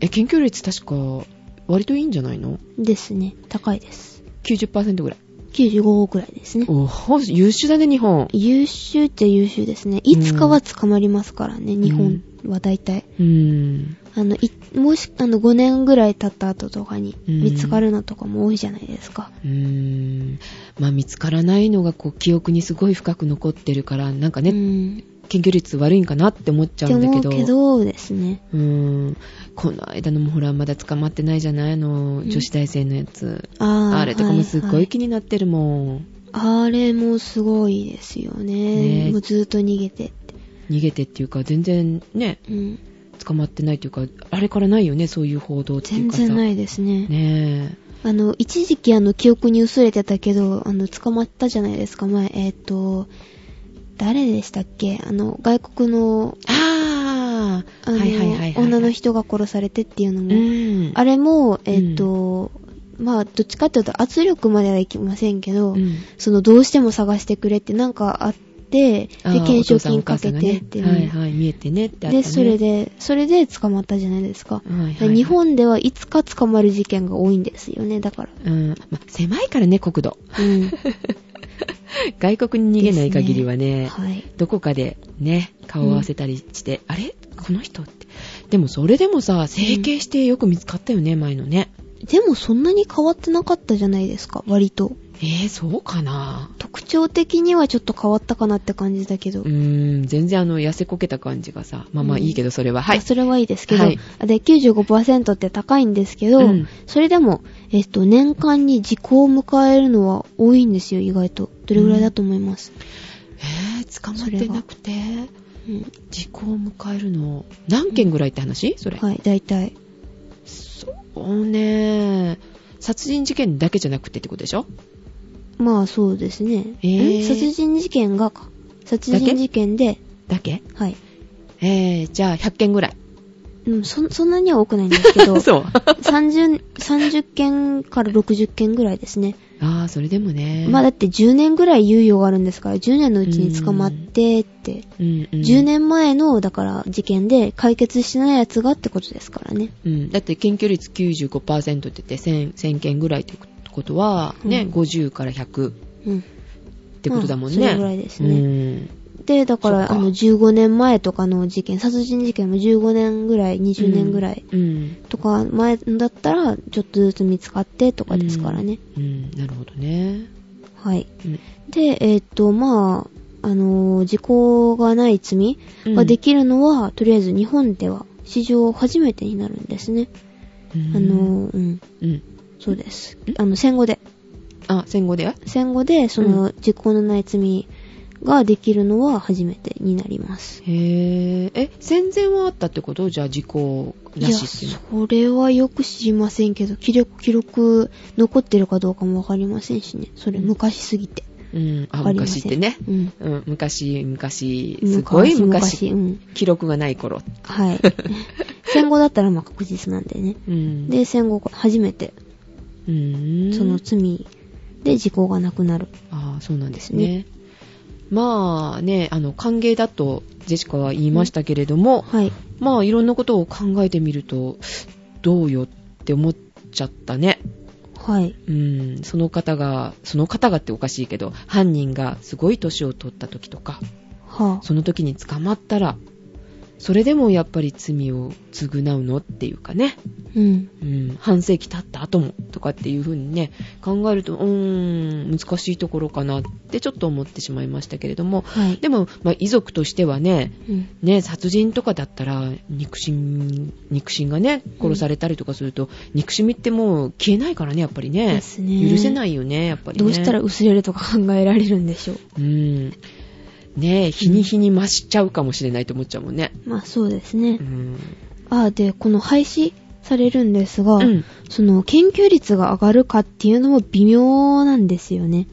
Speaker 1: え、研究率確か割といいんじゃないの
Speaker 2: ですね。高いです。
Speaker 1: 90%ぐらい。
Speaker 2: 95号くらいですね。
Speaker 1: おほ優秀だね、日本。
Speaker 2: 優秀っちゃ優秀ですね。いつかは捕まりますからね、日本は大体。
Speaker 1: うん。
Speaker 2: あの、いもし、あの、5年ぐらい経った後とかに
Speaker 1: うん
Speaker 2: 見つかるのとかも多いじゃないですか。
Speaker 1: うーん。まあ、見つからないのが、こう、記憶にすごい深く残ってるから、なんかね、
Speaker 2: うん。
Speaker 1: 検挙率悪いんかなって思っちゃ
Speaker 2: っ
Speaker 1: う
Speaker 2: て
Speaker 1: んだ
Speaker 2: 思
Speaker 1: け
Speaker 2: う
Speaker 1: ど。
Speaker 2: けどですね。
Speaker 1: うーん。この間のもほら、まだ捕まってないじゃないあの、
Speaker 2: うん
Speaker 1: 女子大生のやつ。
Speaker 2: あー
Speaker 1: あれとかもすっ
Speaker 2: は
Speaker 1: ご
Speaker 2: はい
Speaker 1: 気になってるもん。
Speaker 2: あれもすごいですよね。
Speaker 1: ねえ
Speaker 2: もうずっと逃げてって。
Speaker 1: 逃げてっていうか、全然ね、
Speaker 2: うん。
Speaker 1: 捕まってないというか、あれからないよね、そういう報道ってい
Speaker 2: 全
Speaker 1: うかさ。。
Speaker 2: 然ないいですね。
Speaker 1: ね
Speaker 2: あの、一時期あの、記憶に薄れてたけど、あの、捕まったじゃないですか、前。えっ、と、誰でしたっけあの、外国の、
Speaker 1: え。ああ、
Speaker 2: あの、
Speaker 1: はいはいはいはい。
Speaker 2: 女の。人が殺されてっていうの
Speaker 1: う
Speaker 2: も、
Speaker 1: ん。
Speaker 2: あれも、えっ、と、まあ、どっちかっていうと圧力まではいきませんけど、
Speaker 1: うん
Speaker 2: その、どうしても探してくれってなんかあって、で、
Speaker 1: あー
Speaker 2: 懸
Speaker 1: お父
Speaker 2: 賞
Speaker 1: さん
Speaker 2: 金
Speaker 1: お母
Speaker 2: か
Speaker 1: さ
Speaker 2: け
Speaker 1: んが
Speaker 2: て
Speaker 1: ね
Speaker 2: っていう、
Speaker 1: はいはい、見えてねってあったね。
Speaker 2: で、それで、それで捕まったじゃないですか。
Speaker 1: はいはいはい、
Speaker 2: 日本ではいつか捕まる事件が多いんですよね、だから。
Speaker 1: うん、まあ、狭いからね、国土。
Speaker 2: うん。
Speaker 1: 外国に逃げない限りはね、
Speaker 2: はい。
Speaker 1: どこかでね、顔を合わせたりして、あれこの人って。でもそれでもさ、整形してよく見つかったよね、前のね。
Speaker 2: でもそんなに変わってなかったじゃないですか、割と。
Speaker 1: えー、そうかな
Speaker 2: 特徴的にはちょっと変わったかなって感じだけ
Speaker 1: う
Speaker 2: ど。
Speaker 1: ーん、全然あの、痩せこけた感じがさ、まあまあ
Speaker 2: うん
Speaker 1: いいけど、それは。はい
Speaker 2: まあ。それはいいですけど、
Speaker 1: はい
Speaker 2: で、95%って高いんですけど、
Speaker 1: うん
Speaker 2: それでも、えっと、年間に時効を迎えるのは多いんですよ、意外と。どれぐらいだと思います。
Speaker 1: えー、捕まってなくて、
Speaker 2: うん。
Speaker 1: 時効を迎えるの、何件ぐらいって話それ。
Speaker 2: はい、大体。
Speaker 1: そうね殺人事件だけじゃなくてってことでしょ
Speaker 2: まあ、そうですね。
Speaker 1: えー
Speaker 2: ん殺人事件がか。殺
Speaker 1: だけ
Speaker 2: 人事件で、
Speaker 1: だけ
Speaker 2: はい。
Speaker 1: えー、じゃあ100件ぐらい。
Speaker 2: うん、そ、そんなには多くないんですけど、
Speaker 1: そう。
Speaker 2: 30、30件から60件ぐらいですね。
Speaker 1: ああ、それでもね。
Speaker 2: まあだって10年ぐらい猶予があるんですから、10年のうちに捕まってって、
Speaker 1: うんうん、
Speaker 2: 10年前の、だから事件で解決してないやつがってことですからね。
Speaker 1: うん、だって検挙率95%って言って 1000, 1000件ぐらいってことは、ね、
Speaker 2: うん
Speaker 1: 50から100っ
Speaker 2: うん。
Speaker 1: てことだもんね。
Speaker 2: まあそれぐらいですね
Speaker 1: うん
Speaker 2: で、だから、
Speaker 1: そっか
Speaker 2: あの、15年前とかの事件、殺人事件も15年ぐらい、20年ぐらい
Speaker 1: うん
Speaker 2: とか前だったら、ちょっとずつ見つかってとかですからね。
Speaker 1: うん、うんなるほどね。
Speaker 2: はい。
Speaker 1: うん
Speaker 2: で、えっと、まあ、あの、時効がない罪ができるのは、とりあえず日本では史上初めてになるんですね。
Speaker 1: うん
Speaker 2: あの、うん。
Speaker 1: うん、
Speaker 2: そうです
Speaker 1: ん。
Speaker 2: あの、戦後で。
Speaker 1: あ、戦後で
Speaker 2: 戦後で、その、実行のない罪ができるのは初めてになります。
Speaker 1: へえ、え、戦前はあったってことじゃあ時効
Speaker 2: い
Speaker 1: な
Speaker 2: や、
Speaker 1: しっていうの
Speaker 2: それはよく知りませんけど、記録、記録、残ってるかどうかもわかりませんしね。それ、昔すぎて。
Speaker 1: うん、あ、
Speaker 2: わかりません
Speaker 1: 昔ってね。
Speaker 2: うん。
Speaker 1: うん、昔、昔、すごい昔、
Speaker 2: うん。
Speaker 1: 記録がない頃。
Speaker 2: はい。戦後だったら、まあ、確実なんでね。
Speaker 1: うん、
Speaker 2: で、戦後、初めて、
Speaker 1: うん、
Speaker 2: その罪で時効がなくなる。
Speaker 1: ああ、そうなんです
Speaker 2: で
Speaker 1: ね。まあね、あの、歓迎だとジェシカは言いましたけれども、
Speaker 2: はい。
Speaker 1: まあいろんなことを考えてみると、どうよって思っちゃったね。
Speaker 2: はい。
Speaker 1: うん、その方が、その方がっておかしいけど、犯人がすごい年を取った時とか、
Speaker 2: はあ。
Speaker 1: その時に捕まったら、それでもやっぱり罪を償うのっていうかね、
Speaker 2: うん。
Speaker 1: うん、半世紀経った後もとかっていう風にね、考えると、うーん、難しいところかなってちょっと思ってしまいましたけれども、
Speaker 2: はい。
Speaker 1: でも、まあ、遺族としてはね、
Speaker 2: うん。
Speaker 1: ね、殺人とかだったら、肉親、肉親がね、殺されたりとかすると、憎しみってもう消えないからね、やっぱりね
Speaker 2: で。すね
Speaker 1: 許せないよね、やっぱりね。
Speaker 2: どうしたら薄れるとか考えられるんでしょう。
Speaker 1: うん。ねえ、日に日に増しちゃうかもしれないと思っちゃうもんね。
Speaker 2: まあそうですね
Speaker 1: う。ん。
Speaker 2: ああ、で、この廃止されるんですが、
Speaker 1: うん
Speaker 2: その研究率が上がるかっていうのも微妙なんですよね。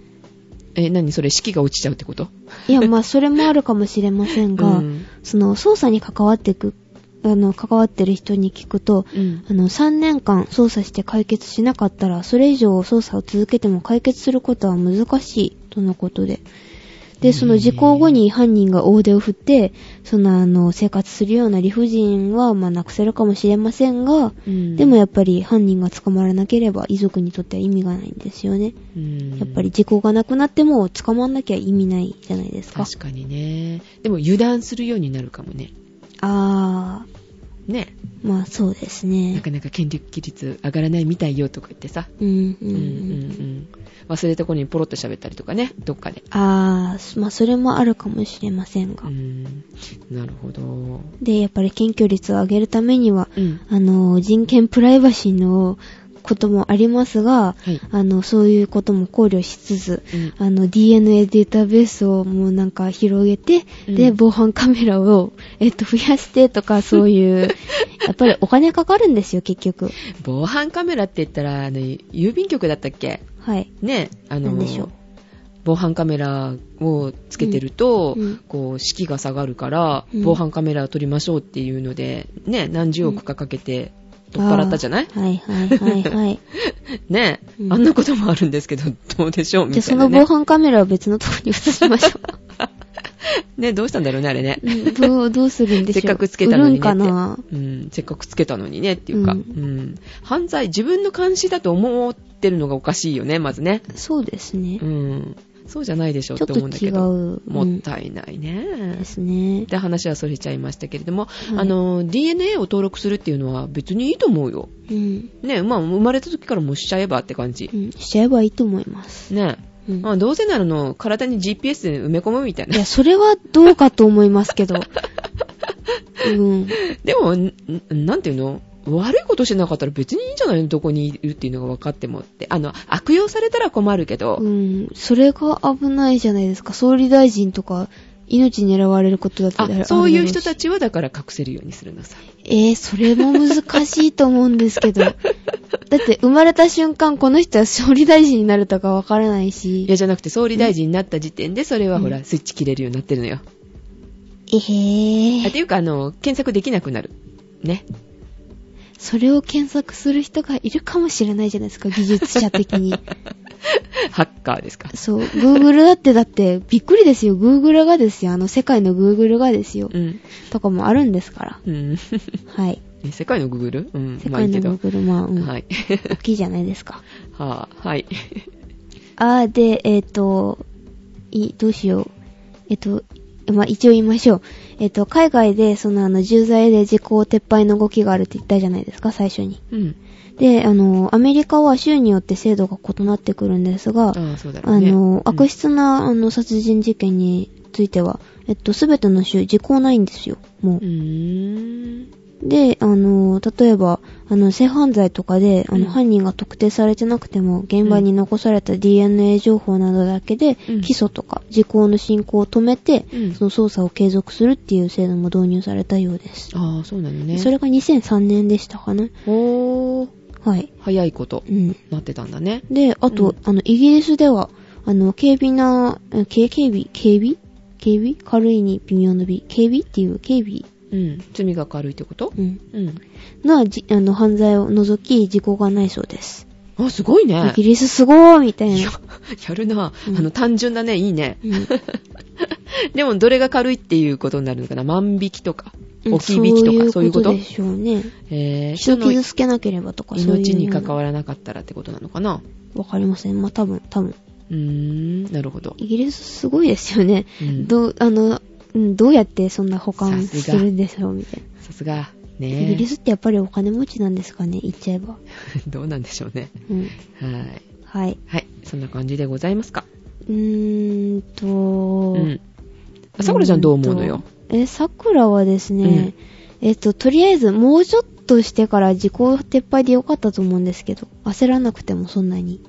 Speaker 1: え、何それ、士気が落ちちゃうってこと
Speaker 2: い や、まあそれもあるかもしれませんが、
Speaker 1: うん
Speaker 2: その捜査に関わってく、あの、関わってる人に聞くと、
Speaker 1: うん
Speaker 2: あの、3年間捜査して解決しなかったら、それ以上捜査を続けても解決することは難しい、とのことで。で、その事故後に犯人が大手を振って、そのあの、生活するような理不尽は、まあ、なくせるかもしれませんが、
Speaker 1: うん
Speaker 2: でも、やっぱり犯人が捕まらなければ遺族にとっては意味がないんですよね。
Speaker 1: うん
Speaker 2: やっぱり時効がなくなっても捕まんなきゃ意味ないじゃないですか。
Speaker 1: 確かにね。でも油断するようになるかもね。
Speaker 2: あ
Speaker 1: ね。
Speaker 2: ー、まあそうです
Speaker 1: な
Speaker 2: ね。
Speaker 1: かなか権力率上がらないみたいよとか言ってさ。
Speaker 2: うん、うん、
Speaker 1: う
Speaker 2: うん
Speaker 1: うんう
Speaker 2: ん。
Speaker 1: ん。忘れた頃にポロッと喋ったりとかね、どっかで。
Speaker 2: あー、まあそれもあるかもしれませんが
Speaker 1: う。ん。なるほど。
Speaker 2: で、やっぱり検挙率を上げるためには、
Speaker 1: うん。
Speaker 2: あの、人権プライバシーのこともありますが、
Speaker 1: はい。
Speaker 2: あの、そういうことも考慮しつつ、
Speaker 1: うん
Speaker 2: あの、DNA データベースをもうなんか広げて、
Speaker 1: うん
Speaker 2: で、防犯カメラを、えっと、増やして とか、そういう、やっぱりお金かかるんですよ、結局。
Speaker 1: 防犯カメラって言ったら、あの、郵便局だったっけ
Speaker 2: はい。
Speaker 1: ね、あ
Speaker 2: なん
Speaker 1: の
Speaker 2: でしょう、
Speaker 1: 防犯カメラをつけてると、
Speaker 2: うんうん
Speaker 1: こう、士気が下がるから、
Speaker 2: うん
Speaker 1: 防犯カメラを撮りましょうっていうので、ね、何十億かかけて、取っ払ったじゃない、
Speaker 2: あーはいはい はいはい。
Speaker 1: ね、
Speaker 2: うん
Speaker 1: あんなこともあるんですけど、どうでしょうみ
Speaker 2: じゃあ
Speaker 1: たい
Speaker 2: そ
Speaker 1: な
Speaker 2: の防
Speaker 1: ね。
Speaker 2: 犯カメラを別のとこに移しましょう。
Speaker 1: ね、どうしたんだろうね、あれね。
Speaker 2: うん どう、どうするんでしょ
Speaker 1: せ
Speaker 2: う。
Speaker 1: っかくつけたのにね
Speaker 2: 売るん
Speaker 1: って
Speaker 2: かな
Speaker 1: うん、せっかくつけたのにねっていうか、う
Speaker 2: うんん
Speaker 1: 犯罪、自分の監視だと思ってるのがおかしいよね、まずね。
Speaker 2: そうですね
Speaker 1: う。ん、そうじゃないでしょうっ
Speaker 2: ちょってと
Speaker 1: 思うんだ
Speaker 2: 違
Speaker 1: け
Speaker 2: う
Speaker 1: ど。。も
Speaker 2: うん
Speaker 1: っ
Speaker 2: で
Speaker 1: たいないね。
Speaker 2: すね。
Speaker 1: で話はそれちゃいましたけれども、
Speaker 2: はい
Speaker 1: あの DNA を登録するっていうのは別にいいと思うよ。
Speaker 2: うん。
Speaker 1: ね、まあ生まれた時からもうしちゃえばって感じ
Speaker 2: う。んしちゃえばいいと思います。
Speaker 1: ね、
Speaker 2: うん
Speaker 1: まあどうせならの体に GPS で埋め込むみたい
Speaker 2: い
Speaker 1: な。
Speaker 2: や、それはどうかと思いますけど。 うん。
Speaker 1: でも、んなんていうの悪いことしてなかったら別にいいんじゃないのどこにいるっていうのが分かってもって。あの、悪用されたら困るけど、
Speaker 2: うん。それが危ないじゃないですか。総理大臣とか、命狙われることだってある
Speaker 1: あ、そういう人た
Speaker 2: あるだろ
Speaker 1: ちはだから隠せるようにするのさ。
Speaker 2: うし。えー、それも難しいと思うんで すけど。だって、生まれた瞬間、この人は総理大臣になるとかわからないし。
Speaker 1: いや、じゃなくて総理大臣になった時点でそれはほ
Speaker 2: う
Speaker 1: ら、
Speaker 2: ん
Speaker 1: スイッチ切れるようになってるのよ。あ
Speaker 2: えへー
Speaker 1: っていうか、あの、検索できなくなる。ね。
Speaker 2: それを検索する人がいるかもしれないじゃないですか、技術者的 に。
Speaker 1: ハッカーですか。
Speaker 2: そう、Google だってだって、びっくりですよ、Google がですよ、あの世界の Google がですよ、
Speaker 1: うん。
Speaker 2: とかもあるんですから。
Speaker 1: うん。
Speaker 2: はい。
Speaker 1: え世界のグーグルうん。
Speaker 2: 世
Speaker 1: まあい
Speaker 2: 界
Speaker 1: い
Speaker 2: の
Speaker 1: けど。
Speaker 2: Google、まあ、うん、
Speaker 1: はい。
Speaker 2: 大きいじゃないですか。
Speaker 1: はあ、はい。
Speaker 2: あー、で、えっ、と、い、どうしよう。えっ、と、まあ、一応言いましょう。えっ、と、海外で、その、あの、重罪で時効撤廃の動きがあるって言ったじゃないですか、最初に。
Speaker 1: うん。
Speaker 2: で、あの、アメリカは州によって制度が異なってくるんですが、
Speaker 1: ああ、そうだろ
Speaker 2: あ
Speaker 1: うね。
Speaker 2: の、
Speaker 1: うん
Speaker 2: 悪質な、あの、殺人事件については、えっと、すべての州、時効ないんですよ、も
Speaker 1: うーん。
Speaker 2: う。で、あの、例えば、あの、性犯罪とかで、あの、
Speaker 1: うん
Speaker 2: 犯人が特定されてなくても、現場に残された DNA 情報などだけで、
Speaker 1: うん
Speaker 2: 起訴とか、時効の進行を止めて、
Speaker 1: うん
Speaker 2: その捜査を継続するっていう制度も導入されたようです。
Speaker 1: ああ、そうなのね。
Speaker 2: それが2003年でしたかね。
Speaker 1: おー、
Speaker 2: はい。
Speaker 1: 早いこと
Speaker 2: う、ん。
Speaker 1: なってたんだね。
Speaker 2: で、あと、
Speaker 1: うん
Speaker 2: あの、イギリスでは、あの、警備な、え警警備警備警備軽いに微妙な微。警備っていう、警備
Speaker 1: うん。罪が軽いってこと
Speaker 2: うん。
Speaker 1: うん。
Speaker 2: な、じ、あの、犯罪を除き、時効がないそうです。
Speaker 1: あ、すごい
Speaker 2: イ
Speaker 1: ね。
Speaker 2: ギリスすごーみたい
Speaker 1: い
Speaker 2: な
Speaker 1: や。、やるな。あ
Speaker 2: うん
Speaker 1: の、単純だね。いいね。
Speaker 2: うん
Speaker 1: でも、どれが軽いっていうことになるのかな万引きとか、
Speaker 2: うん
Speaker 1: 置き引きとか、そういうこと
Speaker 2: でしょうね。
Speaker 1: えー、
Speaker 2: 人
Speaker 1: 人
Speaker 2: を
Speaker 1: の
Speaker 2: 傷つけなければとか、そういう。
Speaker 1: 命に関わらなかったらってことなのかな
Speaker 2: わかりません。まあ、多分、多分。
Speaker 1: うーん、なるほど。
Speaker 2: イギリスすごいですよね。
Speaker 1: うん
Speaker 2: どう、あの、うんどうやってそんな保管
Speaker 1: さす
Speaker 2: す
Speaker 1: が
Speaker 2: るんでしょうみたいな。
Speaker 1: さすが。
Speaker 2: イギ
Speaker 1: ね
Speaker 2: リスってやっぱりお金持ちなんですかね言っちゃえば。
Speaker 1: どうなんでしょうね。
Speaker 2: うん。
Speaker 1: はい。
Speaker 2: はい。
Speaker 1: はい。そんな感じでございますか。
Speaker 2: うーんと、
Speaker 1: うん。あさくらちゃんどう思うのよ。
Speaker 2: ーんとえ、さくらはですね、えっと、とりあえずもうちょっとしてから時効撤廃でよかったと思うんですけど、焦らなくてもそんなに。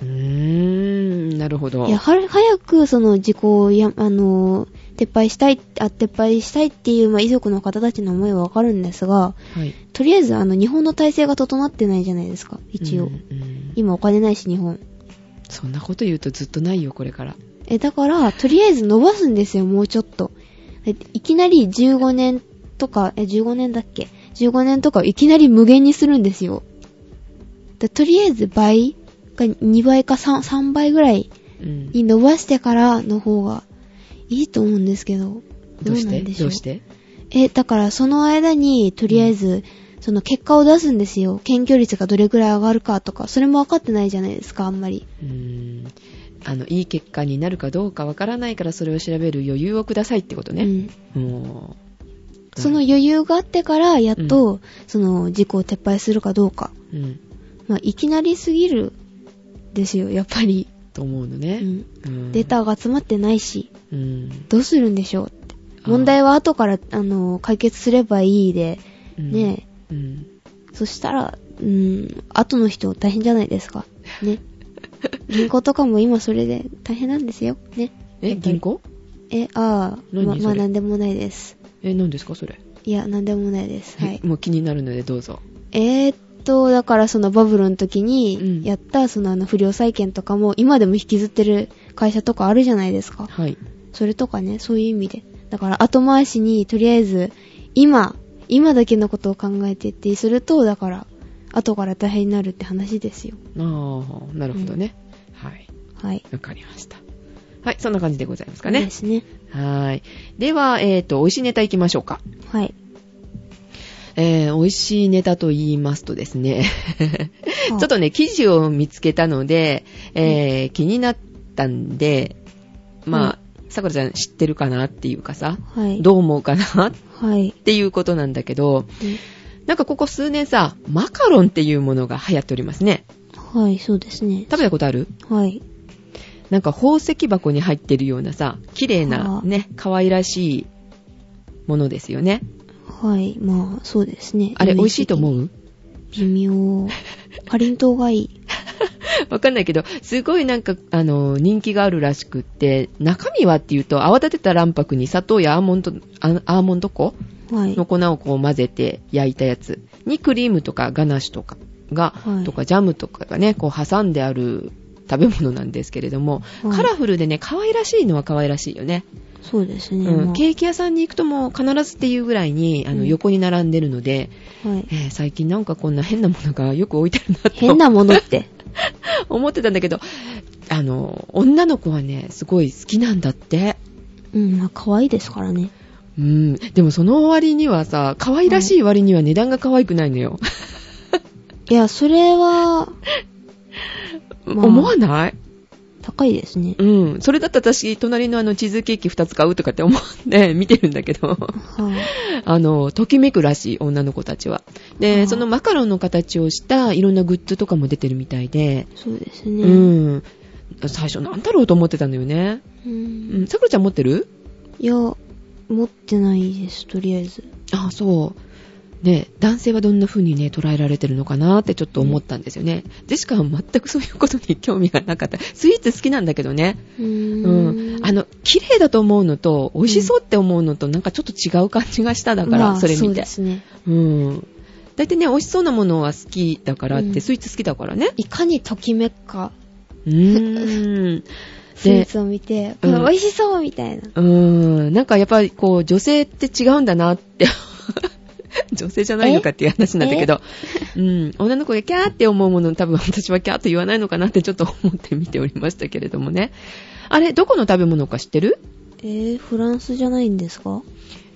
Speaker 1: うーん、なるほど。
Speaker 2: いや、はる、早くその時効をや、あのー、撤廃したい、あ、撤廃したいっていう、まあ、遺族の方たちの思いはわかるんですが、
Speaker 1: はい。
Speaker 2: とりあえずあの、日本の体制が整ってないじゃないですか、一応。
Speaker 1: うんうん
Speaker 2: 今お金ないし、日本。
Speaker 1: そんなこと言うとずっとないよ、これから。
Speaker 2: え、だから、とりあえず伸ばすんですよ、もうちょっと。えいきなり15年とか、え、15年だっけ ?15 年とかをいきなり無限にするんですよ。だとりあえず倍が2倍か 3, 3倍ぐらい
Speaker 1: うん。
Speaker 2: に伸ばしてからの方がいいと思うんですけど、
Speaker 1: ど
Speaker 2: ど
Speaker 1: う
Speaker 2: う
Speaker 1: し
Speaker 2: な
Speaker 1: て
Speaker 2: んでし
Speaker 1: ど
Speaker 2: ょう
Speaker 1: うして
Speaker 2: え、だからその間に、とりあえず、その結果を出すんですよ。検挙率がどれくらい上がるかとか、それも分かってないじゃないですか、あんまり。
Speaker 1: うーんあのいい結果になるかどうかわからないからそれを調べる余裕をくださいってこと
Speaker 2: う
Speaker 1: ね、
Speaker 2: ん
Speaker 1: もう
Speaker 2: その余裕があってから、やっと、その事故を撤廃するかどうか。
Speaker 1: うん
Speaker 2: まあ、いきなりすぎるですよ、やっぱり。
Speaker 1: と思うの
Speaker 2: う
Speaker 1: ね、
Speaker 2: ん。
Speaker 1: うん
Speaker 2: データが詰まってないし、
Speaker 1: うん
Speaker 2: どうするんでしょうって。
Speaker 1: あー
Speaker 2: 問題は後から、あの、解決すればいいで、
Speaker 1: うん
Speaker 2: ね
Speaker 1: うん
Speaker 2: そしたら、うん、後の人大変じゃないですか。 ね。銀行とかも今それで大変なんですよ。ね。や
Speaker 1: え
Speaker 2: っぱり
Speaker 1: 銀行
Speaker 2: え、ああ、
Speaker 1: 何
Speaker 2: ま、
Speaker 1: それ
Speaker 2: まあなんでもないです。
Speaker 1: え何ですかそれ、
Speaker 2: いや、なんでもないです。はい
Speaker 1: え。もう気になるのでどうぞ
Speaker 2: えーっと、だからそのバブルの時
Speaker 1: うん
Speaker 2: にやったそのあの不良債権とかも今でも引きずってる会社とかあるじゃないですか。
Speaker 1: はい
Speaker 2: それとかね、そういう意味で。だから後回しにとりあえず今、今だけのことを考えてってすると、だから後から大変になるって話ですよ。
Speaker 1: ああなるほどね、はい
Speaker 2: はい。
Speaker 1: わかりましたはいそんな感じでございますかね、
Speaker 2: ですね。
Speaker 1: はーい。では、えっ、と、美味しいネタいきましょうか。
Speaker 2: はい。
Speaker 1: えー、美味しいネタと言いますとですね、 ちょっとね、記事を見つけたので、えー気になったんで、まあ、さくらちゃん知ってるかなっていうかさ、
Speaker 2: はい。
Speaker 1: どう思うかなっ
Speaker 2: はい。
Speaker 1: ていうことなんだけど、なんかここ数年さ、マカロンっていうものが流行っておりますね。
Speaker 2: はい、そうですね。
Speaker 1: 食べたことある
Speaker 2: はい。
Speaker 1: なんか宝石箱に入ってるようなさ、綺麗な
Speaker 2: はあ
Speaker 1: ね、可愛らしいものですよね。
Speaker 2: はい。まあ、そうですね。
Speaker 1: あれ美味しいと思
Speaker 2: う
Speaker 1: う
Speaker 2: 微妙。かりんとうがいい。
Speaker 1: わかんないけど、すごいなんか、あの、人気があるらしくって、中身はっていうと、泡立てた卵白に砂糖やアーモンド、あアーモンド粉
Speaker 2: はい
Speaker 1: の。粉をこう混ぜて焼いたやつにクリームとかガナッシュとかが、
Speaker 2: はい
Speaker 1: とかジャムとかがね、こう挟んである食べ物なんですけれども、
Speaker 2: はい
Speaker 1: カラフルでね、可愛らしいのは可愛らしいよね。
Speaker 2: そうですね。
Speaker 1: うん
Speaker 2: まあ
Speaker 1: ケーキ屋さんに行くともう必ずっていうぐらいに、あ
Speaker 2: う
Speaker 1: の、
Speaker 2: ん
Speaker 1: 横に並んでるので、
Speaker 2: はい。
Speaker 1: えー最近なんかこんな変なものがよく置いてるなと。
Speaker 2: 変なものって。
Speaker 1: 思ってたんだけど、あの、女の子はね、すごい好きなんだって。
Speaker 2: うん、まあ、可愛いですからね。
Speaker 1: うん。でもその割にはさ、可愛らしい割には値段が可愛くないのよ。
Speaker 2: いや、それは、まあ
Speaker 1: 思わない
Speaker 2: 高いですね。
Speaker 1: うん。それだったら私、隣のあの、チーズケーキ2つ買うとかって思って 見てるんだけど、
Speaker 2: はい。
Speaker 1: あの、ときめくらしい、女の子たちは。
Speaker 2: は
Speaker 1: で、
Speaker 2: あ
Speaker 1: そのマカロンの形をしたいろんなグッズとかも出てるみたいで、
Speaker 2: そうです
Speaker 1: う
Speaker 2: ね。
Speaker 1: ん。最初なんだろうと思ってたんだよね。
Speaker 2: う。
Speaker 1: うんん。さくらちゃん持ってる
Speaker 2: いや、持ってないです、とりあえず。
Speaker 1: あそう。ね、男性はどんな風にね、捉えられてるのかなってちょっと思ったんですよね。ジェシカは全くそういうことに興味がなかった。スイーツ好きなんだけどね。
Speaker 2: う
Speaker 1: うん。
Speaker 2: ー
Speaker 1: あ、の、綺麗だと思うのと、美味しそうって思うのと、なんかちょっと違う感じがしただから、
Speaker 2: まあ
Speaker 1: それ
Speaker 2: そ
Speaker 1: 見
Speaker 2: うで
Speaker 1: て。
Speaker 2: すね。
Speaker 1: うん。大体ね、美味しそうなものは好きだからって、
Speaker 2: うん
Speaker 1: スイーツ好きだから ね。
Speaker 2: いかにときめくか、
Speaker 1: うーん。
Speaker 2: スイーツを見て、
Speaker 1: うん
Speaker 2: うわ美味しそうみたいな。
Speaker 1: うーん、なんかやっぱりこう、女性って違うんだなって。 女性じゃないのかっていう話なんだけど、うん、女の子がキャーって思うもの多分私はキャーと言わないのかなってちょっと思って見ておりましたけれどもね。あれ、どこの食べ物か知ってる
Speaker 2: えー、フランスじゃないんですか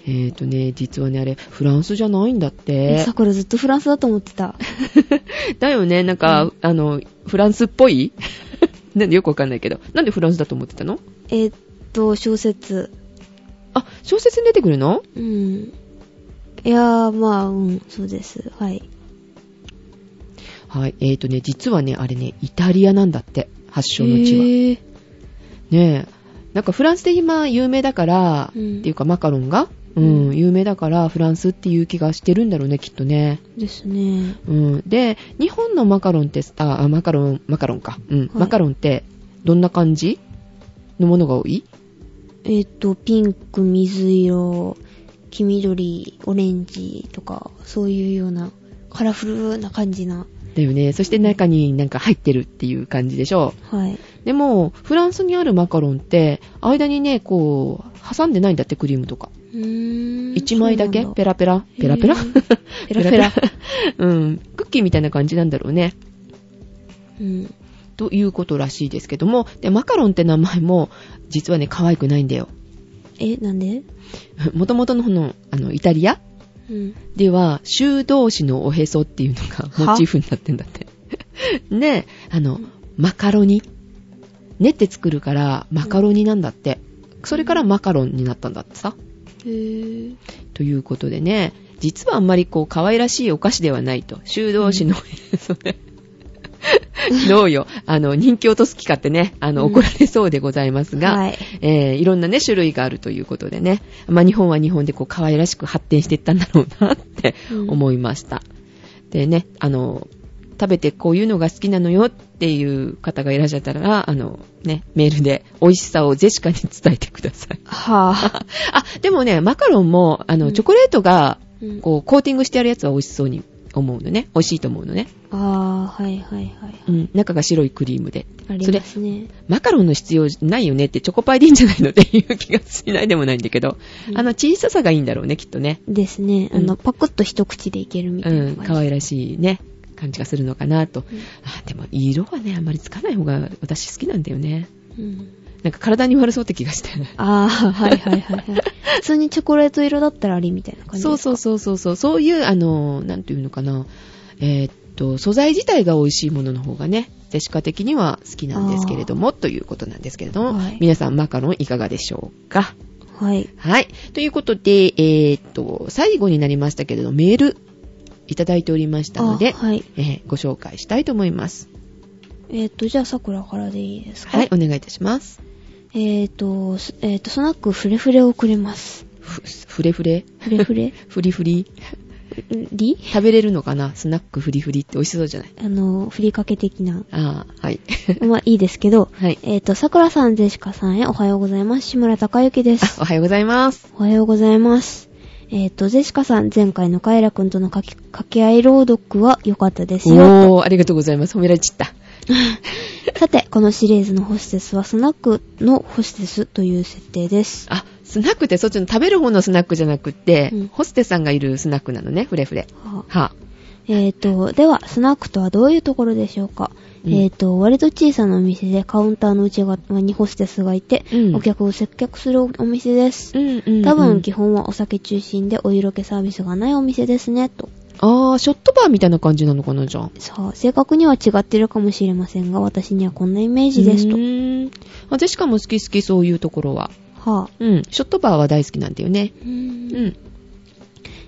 Speaker 1: えーとね、実はね、あれ、フランスじゃないんだって。
Speaker 2: さくらずっとフランスだと思っ てた。
Speaker 1: だよね、なんか、あの、フランスっぽい なんでよくわかんないけど。なんでフランスだと思ってたの
Speaker 2: えーっと、小説。
Speaker 1: あ、小説に出てくるの
Speaker 2: うん。いやー、まあ、うん、そうです。はい。
Speaker 1: はい、えーとね、実はね、あれね、イタリアなんだって、発祥の地は。
Speaker 2: へー
Speaker 1: ねえ。なんかフランスで今有名だから、
Speaker 2: うん
Speaker 1: っていうかマカロンが、うん、
Speaker 2: うん
Speaker 1: 有名だからフランスっていう気がしてるんだろうね、きっとね。
Speaker 2: ですね。
Speaker 1: うん。で、日本のマカロンって、あ、あマカロン、マカロンか。うん。マカロンって、どんな感じのものが多い
Speaker 2: えーっと、ピンク、水色、黄緑、オレンジとか、そういうような、カラフルな感じな。
Speaker 1: だよね。そして中になんか入ってるっていう感じでしょ
Speaker 2: はい。
Speaker 1: でも、フランスにあるマカロンって、間にね、こう、挟んでないんだって、クリームとか。
Speaker 2: うーん。
Speaker 1: 一枚だけ
Speaker 2: そうなん
Speaker 1: ペラペラペラペラ
Speaker 2: へー ペラペラ。
Speaker 1: うん。クッキーみたいな感じなんだろうね。
Speaker 2: うん。
Speaker 1: ということらしいですけども、で、マカロンって名前も、実はね、可愛くないんだよ。
Speaker 2: え、なんで
Speaker 1: もともとのこの、あの、イタリア
Speaker 2: うん。
Speaker 1: では、修道士のおへそっていうのが
Speaker 2: は
Speaker 1: モチーフになってんだって。ね、あの、マカロニ。練って作るから、マカロニなんだって。それからマカロンになったんだってさ。
Speaker 2: へぇ
Speaker 1: ということでね、実はあんまりこう、可愛らしいお菓子ではないと。修道士のおへ そね。どうよ。あの、人気落とす気かってね、あの、
Speaker 2: うん
Speaker 1: 怒られそうでございますが、
Speaker 2: はい。
Speaker 1: えーいろんなね、種類があるということでね。まあ、日本は日本でこう、可愛らしく発展していったんだろうなって
Speaker 2: うん
Speaker 1: 思いました。でね、あの、食べてこういうのが好きなのよっていう方がいらっしゃったら、あの、ね、メールで美味しさをジェシカに伝えてください。
Speaker 2: はぁ。
Speaker 1: あ、でもね、マカロンも、あ
Speaker 2: う
Speaker 1: の、
Speaker 2: ん
Speaker 1: チョコレートが、
Speaker 2: うん
Speaker 1: こう、コーティングしてあるやつは美味しそうに思うのね。美味しいと思うのね。
Speaker 2: あー、はいはいはい。
Speaker 1: うん、中が白いクリームで。
Speaker 2: ありますね。
Speaker 1: マカロンの必要ないよねってチョコパイでいいんじゃないのっていう気がしないでもないんだけど、
Speaker 2: うん
Speaker 1: あの小ささがいいんだろうね、きっとね。
Speaker 2: ですね。あ
Speaker 1: う
Speaker 2: の、
Speaker 1: ん
Speaker 2: パクッと一口でいけるみた
Speaker 1: う、
Speaker 2: いなん感じ。
Speaker 1: 可愛らしいね、感じがするのかなと。
Speaker 2: うん
Speaker 1: あ、でも色はね、あんまりつかない方が私好きなんだよね。
Speaker 2: うん。
Speaker 1: なんか体に悪そうって気がして。
Speaker 2: あー、はいはいはい はい。普通にチョコレート色だったらありみたいな感じです
Speaker 1: そうそうそうそうそう、そういう、あの、なんていうのかな、えーっと、素材自体が美味しいものの方がね、ジェシカ的には好きなんですけれども、ということなんですけれども、
Speaker 2: はい
Speaker 1: 皆さんマカロンいかがでしょうか
Speaker 2: う。はい。
Speaker 1: はい。ということで、えーっと、最後になりましたけれど、メールいただいておりましたので、
Speaker 2: あはい。
Speaker 1: えーご紹介したいと思います。
Speaker 2: えっ、と、じゃあ、桜からでいいですか
Speaker 1: はい、お願いいたします。
Speaker 2: えっ、と、すえっ、と、スナックフレフレをくれます。
Speaker 1: ふ、ふれふれ
Speaker 2: フレフレ
Speaker 1: ふりふり
Speaker 2: リ
Speaker 1: 食べれるのかなスナックふりふりって美味しそうじゃない
Speaker 2: あの、ふりかけ的な。
Speaker 1: ああ、はい。
Speaker 2: まあ、いいですけど。
Speaker 1: はい。
Speaker 2: えっ、と、桜さん、ジェシカさんへおはようございます。志村隆之で
Speaker 1: あ
Speaker 2: す。
Speaker 1: おはようございます。
Speaker 2: おはようございます。えっ、と、ジェシカさん、前回のカエラくんとのかけ掛け合い朗読は良かったですよ。
Speaker 1: おー、ありがとうございます。褒められちゃった。
Speaker 2: さて、このシリーズのホステスはスナックのホステスという設定です。
Speaker 1: あ、スナックってそっちの食べる方のスナックじゃなくって、
Speaker 2: うん
Speaker 1: ホステスさんがいるスナックなのね、フレフレ。
Speaker 2: はあ
Speaker 1: は
Speaker 2: えー、と、では、スナックとはどういうところでしょうか、
Speaker 1: うん
Speaker 2: えー、と、割と小さなお店でカウンターの内側にホステスがいて、
Speaker 1: うん
Speaker 2: お客を接客するお店です。
Speaker 1: うんうん
Speaker 2: 多分、基本はお酒中心でお色気サービスがないお店ですね、と。
Speaker 1: あー、ショットバーみたいな感じなのかな、じゃあ。
Speaker 2: さあ、正確には違ってるかもしれませんが、私にはこんなイメージですと
Speaker 1: う。ーん。あ、ジェシカも好き好き、そういうところは。
Speaker 2: はあ。
Speaker 1: うん。ショットバーは大好きなんだよね。
Speaker 2: う
Speaker 1: うんん。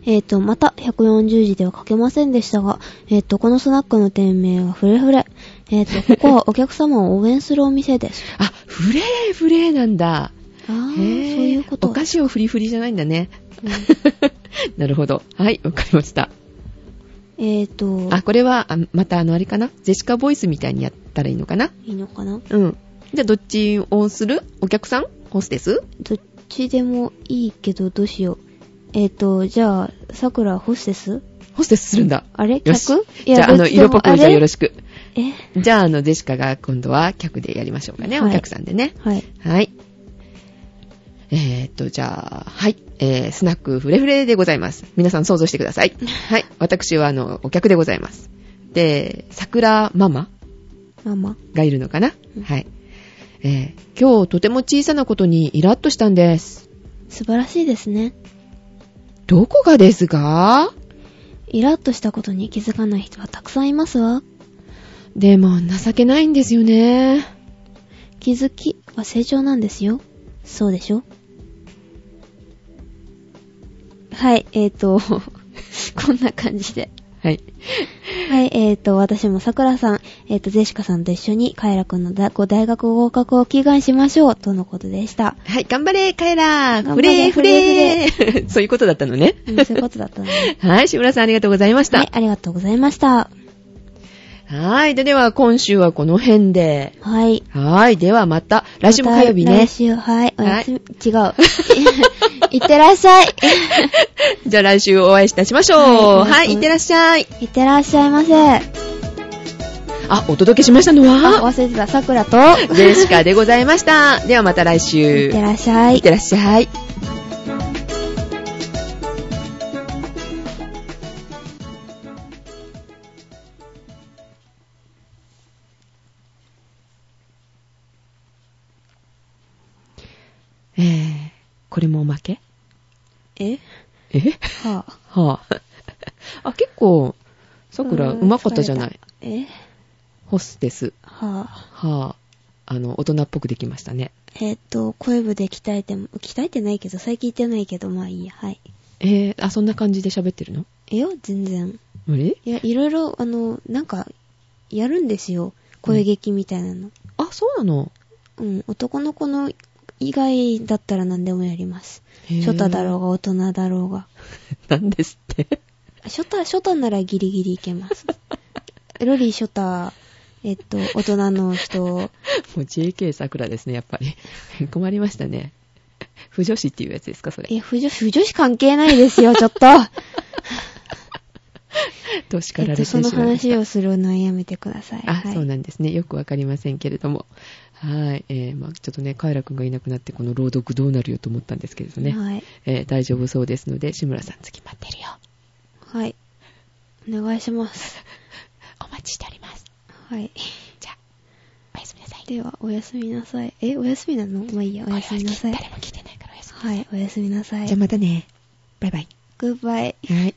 Speaker 2: えー、と、また140字では書けませんでしたが、えー、と、このスナックの店名はフレフレ。えー、 と、ここはお客様を応援するお店です。
Speaker 1: あ、フレーフレーなんだ。
Speaker 2: ああ、そ
Speaker 1: へ
Speaker 2: う
Speaker 1: ー
Speaker 2: いうこと。
Speaker 1: お菓子をフリフリじゃないんだね。
Speaker 2: うん
Speaker 1: なるほど。はい、わかりました。
Speaker 2: えーと、
Speaker 1: あ、これは、あまたあの、あれかなジェシカボイスみたいにやったらいいのかない
Speaker 2: いのかな
Speaker 1: うん。じゃあ、どっちをするお客さんホステス
Speaker 2: どっちでもいいけど、どうしよう。えーと、じゃあ、桜ホステス
Speaker 1: ホステスするんだ。
Speaker 2: あれ
Speaker 1: よし
Speaker 2: 客。
Speaker 1: じゃあ、あの、色っぽくじゃあよろ
Speaker 2: し
Speaker 1: しく。
Speaker 2: く。え
Speaker 1: じゃあ、あの、ジェシカが今度は客でやりましょうかね。
Speaker 2: はい
Speaker 1: お客さんでね。
Speaker 2: はい。
Speaker 1: はい。えー、っと、じゃあ、はい。えー、スナックフレフレでございます。皆さん想像してください。はい。私は、あの、お客でございます。で、桜ママ
Speaker 2: ママ。
Speaker 1: がいるのかな
Speaker 2: うん
Speaker 1: はい。えー、今日とても小さなことにイラッとしたんです。
Speaker 2: 素晴らしいですね。
Speaker 1: どこがですか
Speaker 2: イラッとしたことに気づかない人はたくさんいますわ。
Speaker 1: でも、情けないんですよね。
Speaker 2: 気づきは成長なんですよ。そうでしょはい、えーと、 こんな感じで。
Speaker 1: はい。
Speaker 2: はい、えーと、私も桜さん、えーと、ゼシカさんと一緒に、カエラくんのだご大学合格を祈願しましょう、とのことで した。
Speaker 1: はい、頑張れ、カエラ
Speaker 2: 頑
Speaker 1: フ
Speaker 2: 張れ
Speaker 1: レフレ そういうことだったのね。
Speaker 2: うんそういうことだったのね。
Speaker 1: はい、志村さんありがとうございました。
Speaker 2: はい、ありがとうございました。
Speaker 1: はい。で、では、今週はこの辺で。
Speaker 2: はい。
Speaker 1: はい。では、また、来週も火曜日
Speaker 2: また
Speaker 1: ね
Speaker 2: 来。週、はい、おやすみ、
Speaker 1: は
Speaker 2: 違う。 いってらっしゃい。
Speaker 1: じゃあ、来週お会いいたしましょう。
Speaker 2: は
Speaker 1: はいい、い、ってらっしゃい。
Speaker 2: いってらっしゃいませ。あ、
Speaker 1: あ、お届けしましたのは、
Speaker 2: 忘れてた、桜と、
Speaker 1: ジェシカでございました。では、また来
Speaker 2: い
Speaker 1: 週。
Speaker 2: ってらっしゃ
Speaker 1: いっ
Speaker 2: い。
Speaker 1: てらっしゃい。えーこれもおまけ
Speaker 2: え
Speaker 1: え
Speaker 2: はあ。
Speaker 1: は あ。あ、結構、さくら、うまかったじゃな
Speaker 2: 疲れ
Speaker 1: い
Speaker 2: た。。え
Speaker 1: ホステス。
Speaker 2: はあ。
Speaker 1: はあ。あの、大人っぽくできましたね。
Speaker 2: えっ、と、声部で鍛えても、鍛えてないけど、最近言ってないけど、まあいいや、はい。
Speaker 1: えー、あ、そんな感じで喋ってるの
Speaker 2: えよ、全然。
Speaker 1: あれ
Speaker 2: いや、いろいろ、あの、なんか、やるんですよ。声劇みたいなの。
Speaker 1: あ、そうなの
Speaker 2: うん、男の子の以外だったら何でもやります。
Speaker 1: へー
Speaker 2: 初太だろうが、大人だろうが。
Speaker 1: なんですって。
Speaker 2: 初太、初太ならギリギリいけます。ロリー初太、えっ、と、大人の人、
Speaker 1: もう JK 桜ですね、やっぱり。 困りましたね。 不女子っていうやつですか、それ。
Speaker 2: え、不女子、不女子関係ないですよ、ちょっと。
Speaker 1: と 叱
Speaker 2: え
Speaker 1: ら
Speaker 2: っ
Speaker 1: れ
Speaker 2: と、
Speaker 1: て
Speaker 2: そ
Speaker 1: しまい
Speaker 2: の
Speaker 1: ました
Speaker 2: 話をするのはやめてください。
Speaker 1: あ、
Speaker 2: はい、
Speaker 1: そうなんですね。よくわかりませんけれども。はい。えー、まあちょっとね、カイラくんがいなくなって、この朗読どうなるよと思ったんですけれどね。
Speaker 2: はい。
Speaker 1: えー大丈夫そうですので、志村さん、次待ってるよ。
Speaker 2: はい。お願いします。
Speaker 1: お待ちしております。
Speaker 2: はい。
Speaker 1: じゃあ、おやすみなさい。
Speaker 2: では、おやすみなさい。え、おやすみなのまあいいや、おやすみなさい。
Speaker 1: も聞いてないからおやす
Speaker 2: はい、おやすみなさ
Speaker 1: み
Speaker 2: い
Speaker 1: じゃあ。またね。バイバイ。
Speaker 2: グッバイ。
Speaker 1: はい。